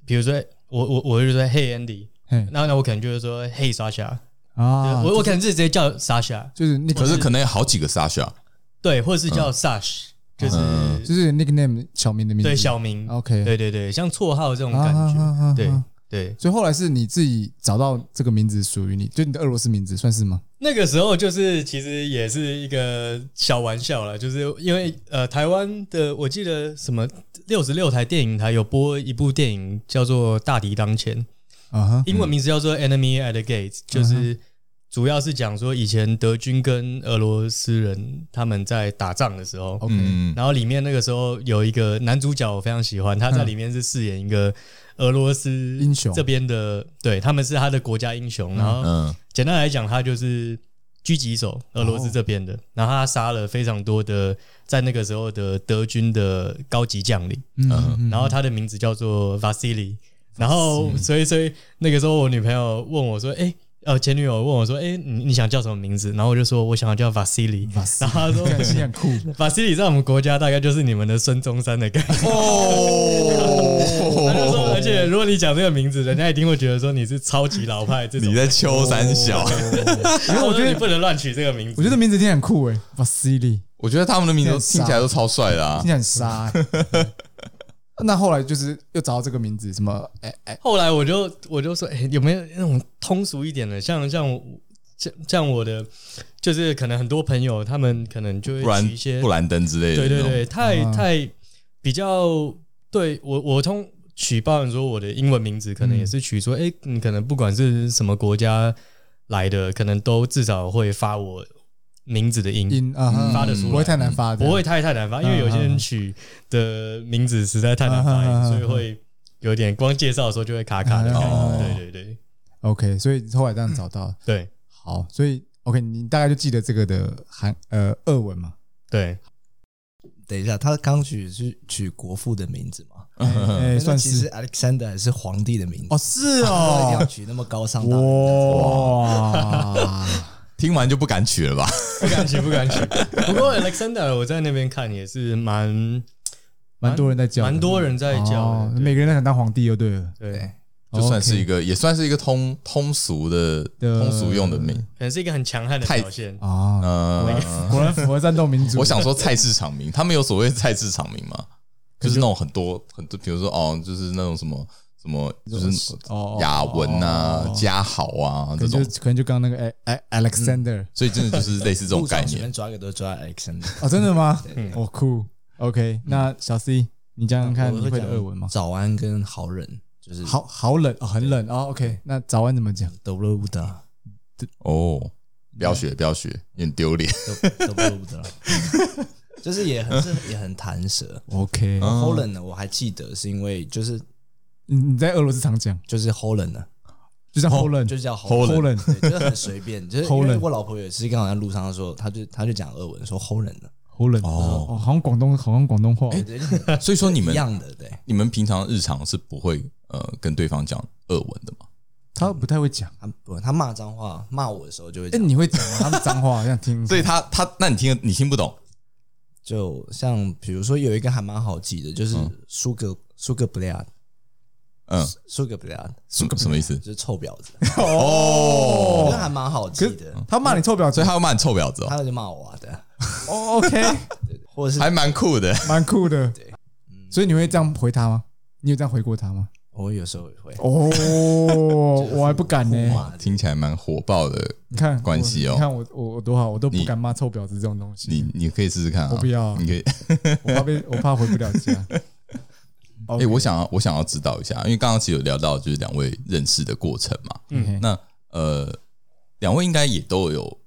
C: 比如说我我我就说 Hey Andy，
A: 嘿
C: 那那我可能就会说 Hey Sasha，、
A: 啊，
C: 我我可能是直接叫 Sasha，
A: 就是那
B: 可
A: 个
B: 是可能有好几个 Sasha，
C: 对，或者是
A: 嗯
C: 叫 Sash，、就是、
A: 啊
B: 嗯
A: 就是 nickname 小明的名字，
C: 对小名，
A: 啊 OK，
C: 对对对，像绰号这种感觉，
A: 啊啊啊
C: 对
A: 啊
C: 对。
A: 所以后来是你自己找到这个名字属于你，就你的俄罗斯名字算是吗？
C: 那个时候就是其实也是一个小玩笑啦，就是因为呃，台湾的我记得什么六十六台电影台有播一部电影叫做《大敌当前》，
A: 啊哈，
C: 英文名字叫做《Enemy at the Gates》，就是
A: 嗯
C: 主要是讲说以前德军跟俄罗斯人他们在打仗的时候，
A: OK
B: 嗯，
C: 然后里面那个时候有一个男主角，我非常喜欢，他在里面是饰演一个俄罗斯
A: 英雄
C: 这边的，对他们是他的国家英雄。然后
B: 嗯
C: 简单来讲，他就是狙击手，俄罗斯这边
A: 哦
C: 的。然后他杀了非常多的在那个时候的德军的高级将领，
A: 嗯
B: 嗯
A: 嗯
C: 然后他的名字叫做 Vasily。然后所以所以那个时候我女朋友问我说：“哎、呃，前女友问我说：‘哎、你你想叫什么名字？’然后我就说我想要叫 Vasily。然后 (laughs) 他说：‘
A: 感觉很酷，
C: 法西里在我们国家大概就是你们的孙中山的概 (laughs) 念。他就说，而
B: 哦，
C: 且如果你讲这个名字，人家一定会觉得说你是超级老派 (laughs) 这种
B: 你。在秋三小，
A: 哦
C: 然后我
A: 因为我觉
C: 觉得
A: 得
C: 你不能乱取这个名字。
A: 我觉得名字听起来很酷欸诶 v a s i l i
B: 我觉得他们的名字都听起来都超帅的
A: 听起。
B: 啊
A: 来很杀欸。那后来就是又找到这个名字，什么哎哎
C: 后来我就我就说，哎、有没有那种通俗一点的，像像我像像我的，就是可能很多朋友他们可能就
B: 布
C: 会
B: 兰
C: 取一些
B: 布兰登之类的
C: 对
B: 那
C: 对
B: 种，
C: 对，太、
A: 啊
C: 太比较对我我通取报你说我的英文名字，可能也是取说，哎、你可能不管是什么国家来的，可能都至少会发我名字的音，啊
A: 音啊哈，
C: 发得出来嗯
A: 不会太难发的，
C: 不会太太难发，因为有些人取的名字实在太难发
A: 啊
C: 音，
A: 啊啊啊
C: 所以会有点光介绍的时候就会卡卡的感觉。
B: 哦
C: 对对对
A: OK，所以后来这样找到
C: 对
A: 好，所以 OK，你大概就记得这个的韩呃俄文嘛。
C: 对，
D: 等一下，他刚取是取国父的名字嘛？
A: 哎，
D: 那
A: 算
D: 其实
A: 是
D: Alexander 还是皇帝的名字
A: 哦，，是
D: 他一定要 (laughs)
A: 哦，
D: 取那么高尚大人。
A: 哇，
B: 听完就不敢取了吧？
C: 不敢取，不敢取。 (laughs) 不过 Alexander 我在那边看也是蛮
A: 蛮多人在叫的，
C: 蛮多人在叫的
A: 哦
C: 对
A: 每个人都想当皇帝就对了，
C: 对，
B: 就算是
A: 哦 OK
B: 一个，也算是一个通通俗的
A: 的
B: 通俗用的名。
C: 可能是一个很强悍的
B: 太
C: 表现。
B: (laughs)
A: 啊，
B: 呃，
A: 果然符合战斗民族。
B: 我想说菜市场名，他们有所谓菜市场名吗？就是那种很多很多，比如说哦，就是那种什么什么，就是
A: 哦，哦哦
B: 雅文啊、嘉豪啊
A: 可
B: 这种
A: 能，就可能就刚刚那个哎哎 Alexander
B: 所以真的就是类似这种
A: (laughs)
D: 部
B: 概
D: 长随
B: 念
D: 便。抓一个都抓 Alexander。
B: (laughs)
A: 哦，真的
D: (laughs)
A: 吗
D: 对对？
A: 我酷，OK，那小 C，你讲讲看，
D: 我
A: 你会的俄文吗？
D: 早安跟好人就是
A: 好好冷哦，很冷哦。OK，那早安怎么讲？
D: 德布勒布达，
B: 哦，不要学，不要学，有点丢
A: (laughs)
B: 脸。
D: 德德布勒布达， (laughs) 就是也很是也很弹舌。
A: OK，、
B: 嗯
D: h o l a n 呢，我还记得是因为就是
A: 你你在俄罗斯常讲，
D: 就是 h o l a n 呢，
A: 就像哦 Holland，
D: 哦就是叫 h o l a
A: Holland，
D: n 对，就是很随便，就是因
A: Holland
D: 为我老婆也是刚好在路上的时候，她就她就讲俄文说 h o l a n 呢，
A: Holland，
B: 哦
A: 哦，好像广东，好像广东话。
D: 对对，就是 (laughs) 很
B: 所以说你
D: 一
B: 们
D: 样的对，
B: 你们平常日常是不会呃跟对方讲俄文的吗？
A: 他不太会讲。
D: 她不她骂脏话骂我的时候就会
A: 哎、
D: 讲，
A: 你会讲吗？他们脏话，想听。
B: 所以他他那你听你听不懂
D: 就像比如说有一个还蛮好记的，就是
A: 嗯
D: 苏格苏格布利亚，
B: 嗯
D: 苏格布利亚
B: 什么什么意思
D: 就？是臭婊子，
B: 哦，
D: 那还蛮好记的。
A: 他骂你臭婊
B: (laughs) 所
A: 子
B: 以，他会骂你臭婊子哦，
D: 他就骂我啊，对啊，
A: 哦，OK，
D: 或者是
B: 还蛮酷的。
A: (laughs) 蛮酷的。
B: 嗯
A: 所以你会这样回他吗？你有这样回过他吗？
D: 我有时候也会啊
A: 哦， (laughs) 我还不敢呢、
D: 互骂，
B: 听起来蛮火爆的，
A: 你看
B: 关系哦
A: 我你看我我我多好，我都不
B: 你
A: 敢骂臭婊子这种东西，
B: 你你可以试试看啊，
A: 嗯我不要啊 (laughs)
B: 你可以。
A: 我怕被我怕回不了家。
B: (laughs)
A: 哎
B: 哎、我想要我想要知道一下，因为刚刚其实有聊到就是两位认识的过程嘛，
A: 嗯
B: 那呃，两位应该也都有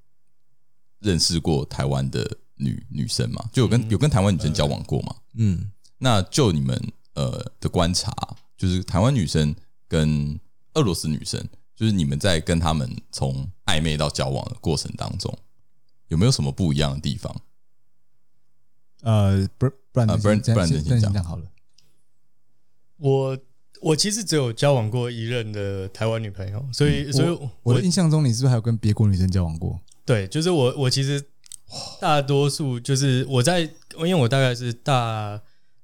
B: 认识过台湾的女女生嘛，就有
A: 嗯
B: 跟、有跟台湾女生交往过嘛？
D: 嗯，
B: 那就你们呃的观察，就是台湾女生跟俄罗斯女生，就是你们在跟她们从暧昧到交往的过程当中，有没有什么不一样的地方？
A: 呃，不不然
B: 啊不然
A: 先
B: 不然
A: 先
B: 先讲
A: 先讲好了。
C: 我我其实只有交往过一任的台湾女朋友，所以所以
A: 嗯我我的印象中，你是不是还有跟别国女生交往过？
C: 对，就是我我其实大多数就是我在，因为我大概是大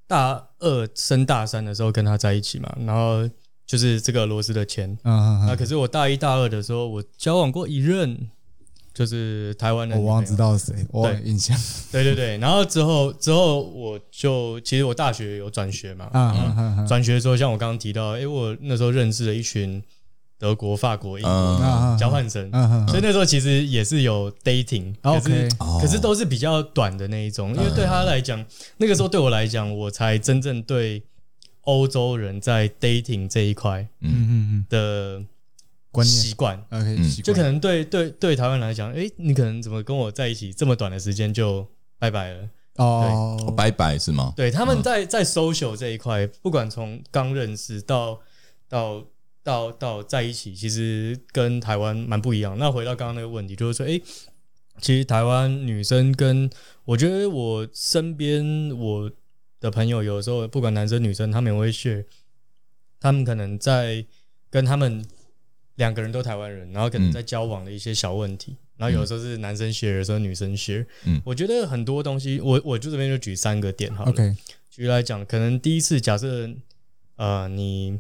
C: 大二升大三的时候跟他在一起嘛，然后就是这个俄罗斯的钱，
A: 嗯，嗯
C: 那、
A: 嗯
C: 可是我大一大二的时候我交往过一任，就是台湾的，
A: 我忘了知。道是谁，我忘了
C: 对
A: 印象
C: 对对对，然后之后之后我就其实我大学有转学嘛，
B: 嗯
A: 啊啊啊啊
C: 嗯转学的时候像我刚刚提到，诶，我那时候认识了一群德国、法国、英国
A: 啊
B: 嗯，
A: 啊！
C: 交换生，
A: 嗯嗯
C: 所以那时候其实也是有 dating，可是
A: OK 嗯
B: 哦
C: 可是都是比较短的那一种，因为对他来讲，那个时候对我来讲，我才真正对欧洲人在 dating 这一块
A: 嗯嗯
C: 的
A: 观念
C: 习惯，
A: 嗯，OK，
B: 嗯
A: 习惯
C: 就可能对对对台湾来讲，诶，你可能怎么跟我在一起这么短的时间就拜拜了？
A: 哦，
B: 拜拜是吗？
C: 对，他们在在 social 这一块，不管从刚认识到到到到在一起，其实跟台湾蛮不一样。那回到刚刚那个问题，就是说，诶，其实台湾女生跟我觉得我身边我的朋友，有时候不管男生女生，他们也会 share，他们可能在跟他们两个人都台湾人，然后可能
B: 嗯
C: 在交往的一些小问题，然后有时候是男生 share，有时候女生 share。
B: 嗯
C: 我觉得很多东西，我我就这边就举三个点好了。
A: OK，
C: 举例来讲，可能第一次假设，呃，你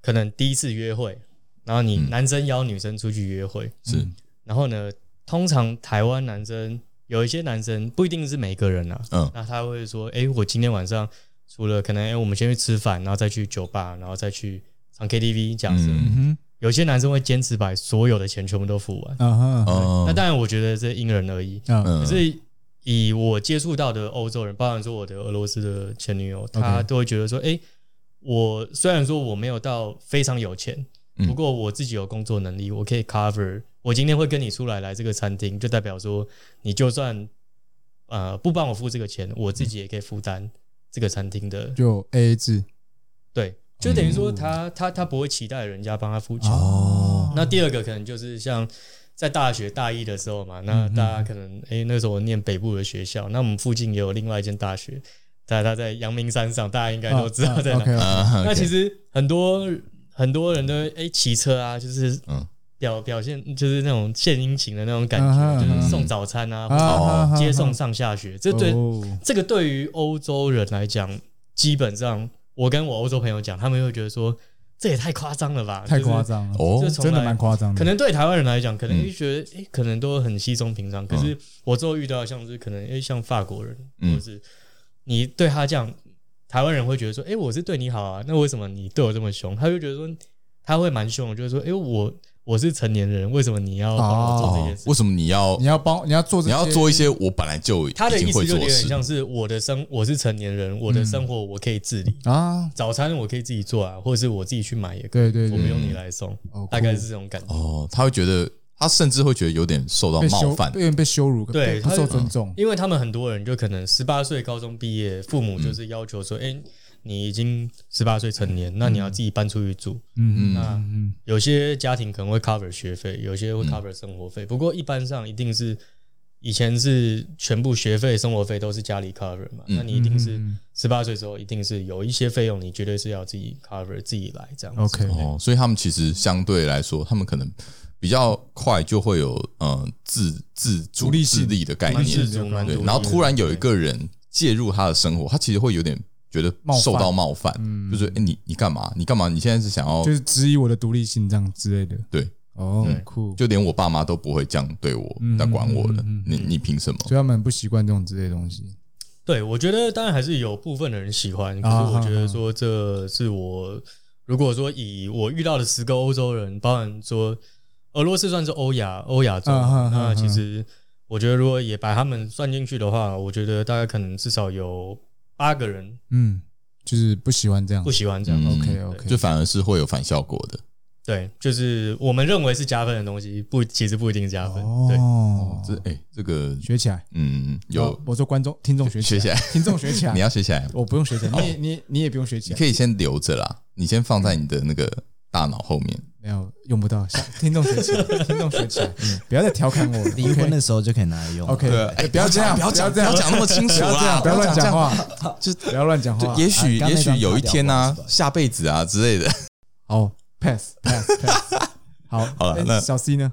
C: 可能第一次约会，然后你
B: 嗯
C: 男生邀女生出去约会，
B: 是
A: 嗯
C: 然后呢，通常台湾男生有一些男生不一定是每个人啊，
B: 嗯
C: 那他会说，诶，我今天晚上除了可能，诶，我们先去吃饭，然后再去酒吧，然后再去唱 KTV，假设、
B: 嗯
A: 嗯
C: 有些男生会坚持把所有的钱全部都付完，
A: 哼，啊哈，
B: 哦
C: 那当然我觉得这因人而异，
A: 嗯
B: 嗯
C: 可是以我接触到的欧洲人，包含说我的俄罗斯的前女友，她都会觉得说，诶，我虽然说我没有到非常有钱，
B: 嗯
C: 不过我自己有工作能力，我可以 cover。我今天会跟你出来来这个餐厅，就代表说你就算呃不帮我付这个钱，我自己也可以负担这个餐厅的。
A: 就 A A 制
C: 对，就等于说他他他不会期待人家帮他付
A: 嗯
C: 钱。
A: 哦
C: 那第二个可能就是像在大学大一的时候嘛，
A: 嗯
C: 那大家可能诶、那时候我念北部的学校，那我们附近也有另外一间大学，大家在阳明山上，大家应该都知道在哪。
A: 哦 OK，
B: 啊
C: 那
B: OK
C: 其实很多很多人都诶骑、车啊，就是
B: 嗯
C: 表表现就是那种献殷勤的那种感
A: 啊
C: 觉，
A: 哈
C: 就是送早餐啊，或者
B: 哦
A: 啊
C: 接送上下学，这对
A: 哦
C: 这个对于欧洲人来讲，基本上我跟我欧洲朋友讲，他们会觉得说这也太夸张了吧，
A: 太夸张
C: 张，
A: 了，
B: 哦
C: 啊就，从
A: 真的
C: 来
A: 蛮夸张的。
C: 可能对台湾人来讲，可能
B: 嗯
C: 就觉得诶，可能都很稀松
A: 嗯
C: 平常。可是我之后遇到的像是可能诶，像法国人，或
B: 嗯
C: 者是你对他这样，台湾人会觉得说，诶，我是对你好啊，那为什么你对我这么凶？他就觉得说，他会蛮凶的，就是说，诶，我我是成年人，为什么你要帮我做这
B: 哦
C: 件，事？
B: 为什么你要
A: 你要帮你要做这
B: 你
A: 些，
B: 要做一些我本来就已
C: 他的意
B: 经
C: 思
B: 会
C: 就
B: 做
C: 有
B: 的
C: 点
B: 事？
C: 像是我的生，我是成年
A: 嗯
C: 人，我的生活我可以自理，
A: 啊，
C: 早餐我可以自己做啊，或者是我自己去买也可以，
A: 对对
C: 我
A: 对，
C: 不用你来送，
A: 哦
C: 大概是这种感觉。
B: 哦，他会觉得他甚至会觉得有点受到
A: 被
B: 冒
A: 羞，
B: 犯
A: 被被羞辱，
C: 对
A: 被不
C: 他哦
A: 受尊重。
C: 因为他们很多人就可能十八岁高中毕业，父
A: 嗯
C: 母就是要求说，哎、你已经十八岁成年，那你要自己搬出去住。
A: 嗯
B: 嗯
A: 嗯嗯
C: 有些家庭可能会 cover 学费，有些会 cover 生活费，不过一般上一定是以前是全部学费、生活费都是家里 cover 嘛，
B: 嗯
C: 那你一定
A: 嗯
C: 是
A: 嗯嗯
C: 十八岁之后，一定是有一些费用你绝对是要自己 cover 自己来这样子。
A: ，OK，
B: 哦，所以他们其实相对来说，他们可能比较快就会有嗯、呃自自主
A: 独立
B: 自
A: 性
B: 立的概
C: 蛮自
B: 念，
C: 主，蛮独
B: 对
C: 立，的
B: 然后突然有一个人介入他的生活，他其实会有点觉得
A: 冒犯
B: 受到冒犯，
C: 嗯
B: 就是诶你你干嘛？你干嘛？你现在是想要
A: 就是质疑我的独立性这样之类的。
B: 对，
A: 哦
C: 哦对，
A: 酷，
B: 就连我爸妈都不会这样对我，
A: 嗯
B: 来管我了
A: 嗯嗯嗯，
B: 你你凭什么？
A: 所以他们很不习惯这种之类的东西。
C: 对，我觉得当然还是有部分的人喜欢，可
A: 啊
C: 是我觉得说这是我如果说以我遇到的十个欧洲人，包含说俄罗斯算是欧亚欧亚洲，
A: 啊啊啊
C: 那
A: 啊
C: 其实我觉得如果也把他们算进去的话，我觉得大概可能至少有八个人
A: 嗯，就是不喜欢这样
C: 不。喜欢这样。
B: 嗯
A: OK OK，
B: 就反而是会有反效果的。
C: 对，就是我们认为是加分的东西，不其实不一定加分。对，
A: 哦
B: 哦，，这哎、这个
A: 学起来
B: 嗯
A: 哦
B: 有
A: 我说观众听众学
B: 学起
A: 来，听众学起
C: (laughs)
B: 你
A: 来，
B: 要学起来，
A: 我不用学起来，你也你也你也不用学起
B: 你
A: 来
B: 可，以先留着啦，你先放在你的那个大脑后面。
A: 没有用不到，下听众学起 (laughs) 来，听众学起来，嗯不要再调侃我
D: (laughs)
A: 了。
D: 离婚的时候就可以拿来用。啊
A: OK，
B: 对，哎，
A: 不要这样，
B: 不要
A: 讲，不要
B: 讲，不要讲那么清楚
D: (laughs)
B: 啦，
A: 不要乱讲
B: 这样。
A: 话，就不要乱讲话哎
B: 就。也许
D: 啊刚刚
B: 也
D: 那段
B: 许有一天呢、啊
D: 卡掉不好意思不，好意
B: 下辈子啊之类的。
A: 好，pass pass
D: (laughs)
A: pass。好，
B: 好了
A: 哎
B: 那
A: 小 C 呢？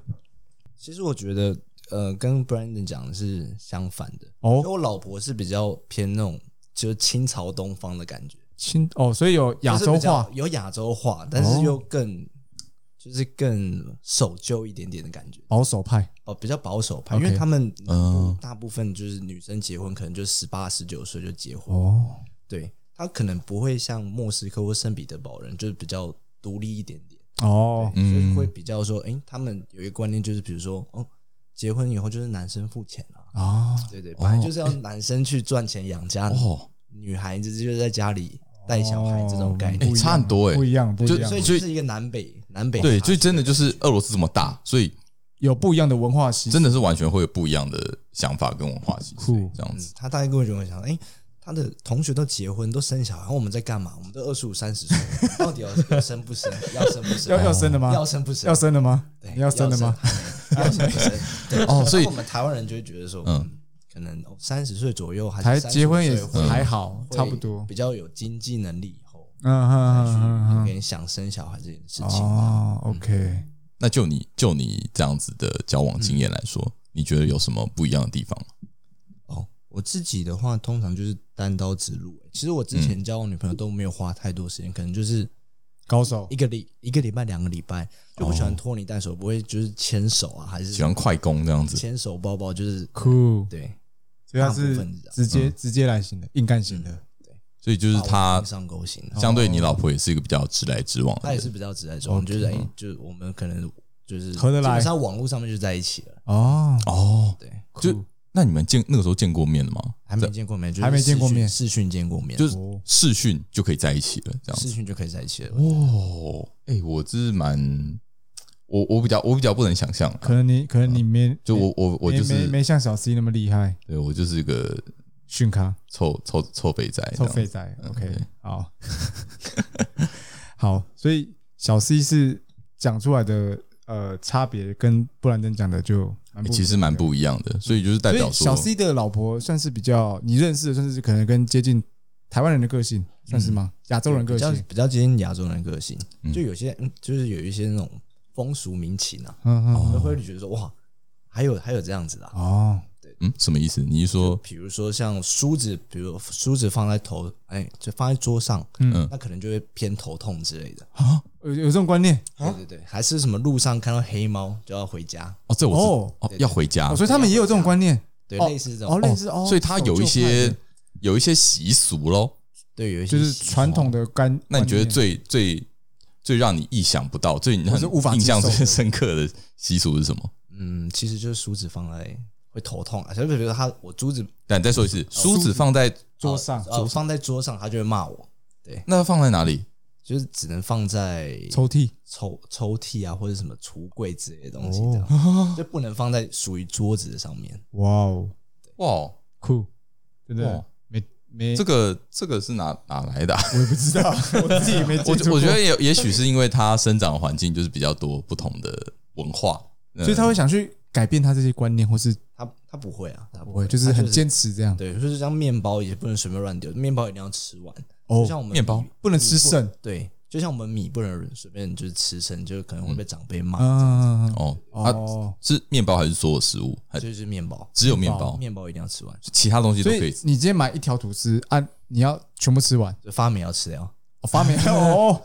D: 其实我觉得，呃，跟 Brandon 讲的是相反的。因为
A: 哦，
D: 我老婆是比较偏那种就是清朝东方的感觉，
A: 亲哦，所以有亚
D: 就是
A: 洲
D: 比较
A: 话，
D: 有亚洲话，但
A: 哦
D: 是又更、就是更守旧一点点的感觉，
A: 保守派
D: 哦，比较保守派，因
A: OK
D: 为他们
B: 嗯
D: 大部分就是女生结婚可能就十八十九岁就结婚，
A: 哦，
D: 对她可能不会像莫斯科或圣彼得堡人就是比较独立一点点，
A: 哦，
D: 所以
B: 嗯
D: 会比较说，诶，他们有一个观念就是比如说哦，结婚以后就是男生付钱了、啊。
A: 啊，
D: 对对，本来就是要男生去赚钱养家，
B: 哦，
D: 女孩子就是在家里带小孩这种概
A: 哦不
D: 念
A: 一，
B: 哎
A: 样
B: 差很多哎
A: 不一样，不一样
D: 所以，就是一个南北南
B: (laughs)
D: 北
B: 对，
D: 差
B: 就真的就是俄罗斯这么大，所以
A: 有不一样的文化习俗
B: 真的是完全会有不一样的想法跟文化习
A: 酷
B: 俗这样
D: 嗯
B: 子。，
D: 他大概跟我讲，我想，哎、他的同学都结婚都生小孩，然后我们在干嘛？我们都二十五三十岁，到底要生不生？要生不生？
A: 要要生的吗？
D: 要生不生？
A: 要生了吗？
D: 对
A: 你要生的吗？？
D: 要生
A: (laughs)
D: 不生？对
B: 哦所以
D: 然后我们台湾人就会觉得说，
B: 嗯
D: 嗯，可能三十岁左右还
A: 才
D: 是
A: 结婚也
D: 35岁会
A: 还好，差不多
D: 会。比较有经济能力以后，
A: 嗯嗯嗯
D: 去
A: 嗯
D: 可以想生小孩这件事
A: 嗯，
D: 情。
A: 哦，OK，
B: 那就你就你这样子的交往经验来说，你觉得有什么不一样的地方吗？
D: 哦，我自己的话，通常就是单刀直入、欸其实我之前交往女朋友都没有花太多时间，可能就是
A: 高手
D: 一个礼一个礼拜、两个礼拜，就不喜欢拖泥带水，不会就是牵手啊，还是
B: 喜欢快攻这样子，
D: 牵手抱抱，就是
A: ，cool，
D: 对
A: 所以他
D: 大部
A: 是
D: 分是这样
A: 直
B: 嗯
A: 接直接来型的，硬干型的。
B: 所以就是
D: 把我
B: 他
D: 引上钩
A: 哦
D: 型的，
B: 相对你哦老婆也是一个比较直来直往
D: 他
B: 的
D: 也是
B: 人。
D: 比较直在中，就是哎、欸就是我们可能就是
A: 合得来
D: 基本上网络上面就在一起了，
B: 嗯
A: 哦，
B: 哦，
D: 对，
B: 就那你们见那个时候见过面了吗？
D: 还没见过面，就是
A: 还没见过面
D: 视讯视讯见过面，
B: 就是
A: 哦
B: 视讯就可以在一起了，这样子
D: 视。讯就可以在一起了。
B: 哦，哎、我这是蛮，我我比较我比较不能想象啊、
A: 可能你可能你没
B: 嗯就我我我
A: 没
B: 就
A: 没
B: 是，
A: 没像小 C 那么厉害，
B: 对我就是一个
A: 训咖
B: 臭臭臭肥仔，
A: 臭废仔
B: 嗯
A: ，OK，
B: 对
A: 好， (laughs) 好，所以小 C 是讲出来的呃差别跟布兰登讲的就蛮不一样的
B: 其实蛮不一样的，所以就是代
A: 所
B: 表
A: 以小
B: 说，
A: C 的老婆算是比较你认识的，算是可能跟接近台湾人的个性，算是吗？亚洲人个
D: 比较
A: 性，
D: 比较接近亚洲人的个性
B: 嗯，
D: 就有些嗯就是有一些那种风俗民情啊，
A: 嗯嗯
B: 哦
D: 我们会觉得说哇，还有还有这样子的啊，
A: 哦，
B: 嗯，什么意思？你是说，
D: 比如说像梳子，比如梳子放在头，哎，就放在桌上，
B: 嗯
D: 那可能就会偏头痛之类
A: 啊
D: 的。
A: 有有这种观念
D: 对对对，还是什么路上看到黑猫就要回家，
B: 哦，这我知
A: 哦
B: 哦，要回家
A: 哦，，所以他们也有这种观念
D: 对，
A: 哦
D: 类似这
A: 哦，
D: 种，
A: 类似哦，
B: 所以他有一
A: 守旧
B: 些
A: 派
B: 有一些习俗喽。
D: 对，有一些
A: 就是
D: 习俗
A: 传统的干，
B: 哦那你觉得
A: 观念
B: 最最最让你意想不到、最你
A: 或是无法
B: 印
A: 接
B: 象
A: 受
B: 最
A: 的
B: 深刻的习俗是什么？
D: 嗯，其实就是梳子放在会头痛啊，就比如说他我珠子
B: 但你再说一
A: 哦
B: 次，梳子放在
A: 桌上
B: 哦
D: 呃放在桌上，他就会骂我，
B: 那放在哪里？
D: 就是只能放在
B: 哦
A: 抽屉
D: 抽抽屉啊或者什么橱柜之类的东西，这
A: 哦
D: 样、
A: (laughs)
D: 就不能放在属于桌子的上面。
A: 哇哦，
B: 哇哦，
A: 酷，对不对
B: 哇？
A: 没没，
B: 这个这个是哪哪来
A: (laughs)
B: 的啊？
A: 我也不知道，我自己没接触
B: 我觉
A: 过
B: 我觉得也也许是因为他生长环境就是比较多不同的文化，
A: 所以他
B: 会
A: 会想去改变他这些观念，或是
D: 他他不会啊，他
A: 不
D: 不会，
A: 会就是
D: 他
A: 很坚持这样，
D: 对，就是像面包也不能随便乱丢，面包一定要吃完。就像我
A: 哦，
D: 们
B: 面包
D: 米
A: 不能吃剩，
D: 对，就像我们米不能随便就是吃剩，就可能会被长辈骂。
A: 嗯，嗯嗯
B: 哦，
A: 嗯
B: 他
A: 哦，
B: 是面包还是所有食物？还
D: 就是面包，
B: 只有面包，
D: 面包一定要吃完，
B: 其他东西都
A: 所
B: 可
A: 以
B: 以吃。
A: 你今天买一条吐司啊，你要全部吃完，
D: 就发霉要吃掉。
A: 哦发霉 (laughs) 哦，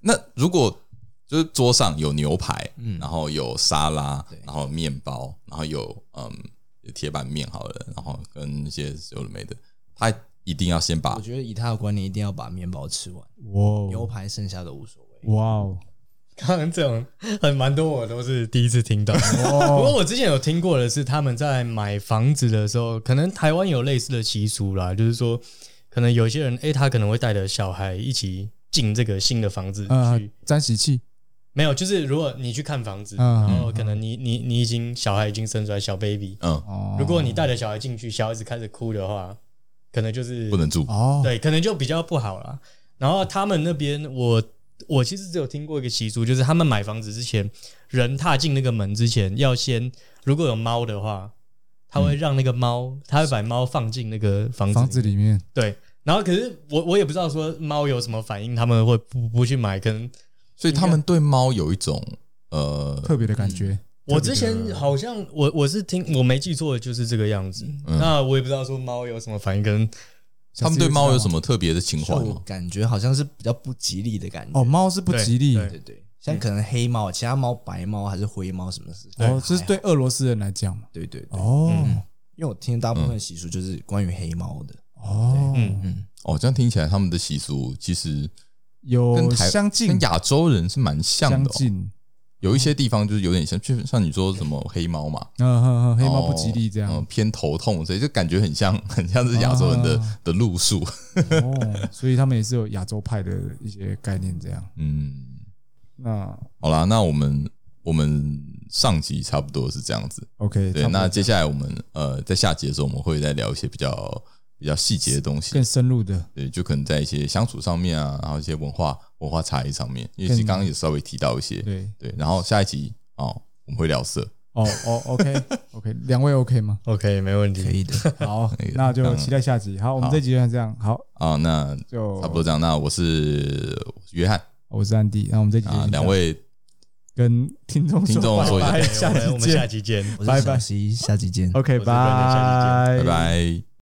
B: 那如果就是桌上有牛排，
D: 嗯
B: 然后有沙拉
D: 对，
B: 然后面包，然后有嗯有铁板面好了，然后跟一些有的没的，他一定要先把
D: 我觉得以他的观念，一定要把面包吃完，
A: 哇啊哦
D: 牛排剩下的无所谓。
A: 哇哦，
C: 刚刚这种很蛮多我都是第一次听到。
A: 哦
C: 不过我之前有听过的是，他们在买房子的时候，可能台湾有类似的习俗啦，就是说，可能有些人，诶，他可能会带着小孩一起进这个新的房子
A: (laughs)
C: 去。
A: 呃，沾喜气，
C: 没有，就是如果你去看房子，
A: 嗯
C: 然后可能你你你已经小孩已经生出来小 baby，
B: 嗯
A: 哦，
C: 如果你带着小孩进去，小孩子开始哭的话，可能就是
B: 不能住
A: 哦，
C: 对，可能就比较不好了。然后他们那边，我我其实只有听过一个习俗，就是他们买房子之前，人踏进那个门之前，要先如果有猫的话，他会让那个猫，他会把猫放进那个房子
A: 房子里面
C: 对。然后可是我我也不知道说猫有什么反应，他们会不不去买，可能
B: 所以他们对猫有一种呃，
A: 特别的感觉，
C: 我之前好像我我是听我没记错，就是这个样子。那我也不知道说猫有什么反应，跟
B: 他们对猫有什
A: 么？
B: 么特别的情怀
D: 就
B: 吗？
D: 感觉好像是比较不吉利的感觉。
A: 哦，猫是不吉利，
C: 对
D: 对对，像可能黑猫、其他猫、白猫还是灰猫什么事？
A: 哦，这
D: 还
A: 是
D: 好
A: 嗯对俄罗斯人来讲嘛，
D: 对对对，
A: 哦
B: 嗯
D: 因为我听大部分习俗就是关于黑猫的。
A: 哦，
C: 嗯
B: 哦，这样听起来他们的习俗其实跟
A: 有
B: 台
A: 相
B: 跟
A: 近
B: 亚洲人是蛮像
A: 相
B: 的、哦，
A: 近，
B: 有一些地方就是有点像，就像你说什么黑猫嘛，
A: 嗯哼哼，黑猫不吉利这样
B: 然后嗯，偏头痛，所以就感觉很像，很像是亚洲人的、
A: 啊
B: 的路数。啊
A: 哦，所以他们也是有亚洲派的一些概念这样。
B: 嗯，
A: 那
B: 好啦，那我们我们上集差不多是这样子，
A: OK，
B: 对。
A: 差不多
B: 那接下来我们呃在下集的时候，我们会再聊一些比较比较细节的东西
A: 更，深入的，
B: 对，就可能在一些相处上面啊，然后一些文化文化差异上面，因为其实
A: 更
B: 刚刚也稍微提到一些，
A: 对，
B: 对。然后下一集哦，我们会聊色，
A: 哦哦，OK
B: (laughs)
A: OK，两位 OK 吗？
C: OK 没问题。
D: 可以的，
A: 好
B: (laughs) 那个，嗯
A: 那就期待下集。好，我们这集就先这样，好，
B: 啊，那
A: 就
B: 差不多这样。那我是我是约翰
A: 我是安迪，那我们这集就
B: 啊，
A: 先这样
B: 两位
A: 跟听众
B: 听
A: (laughs)
B: 众说一下
A: 拜拜
C: 拜，
A: 下
C: 我们我
A: 集
C: 们下
A: 见
C: 期见。
D: 我
A: 拜
D: 是
A: 拜
D: 小西，下集见。
A: ，OK，
C: 我是 Brandon，下集
A: 拜
B: 拜
C: 见
B: 拜。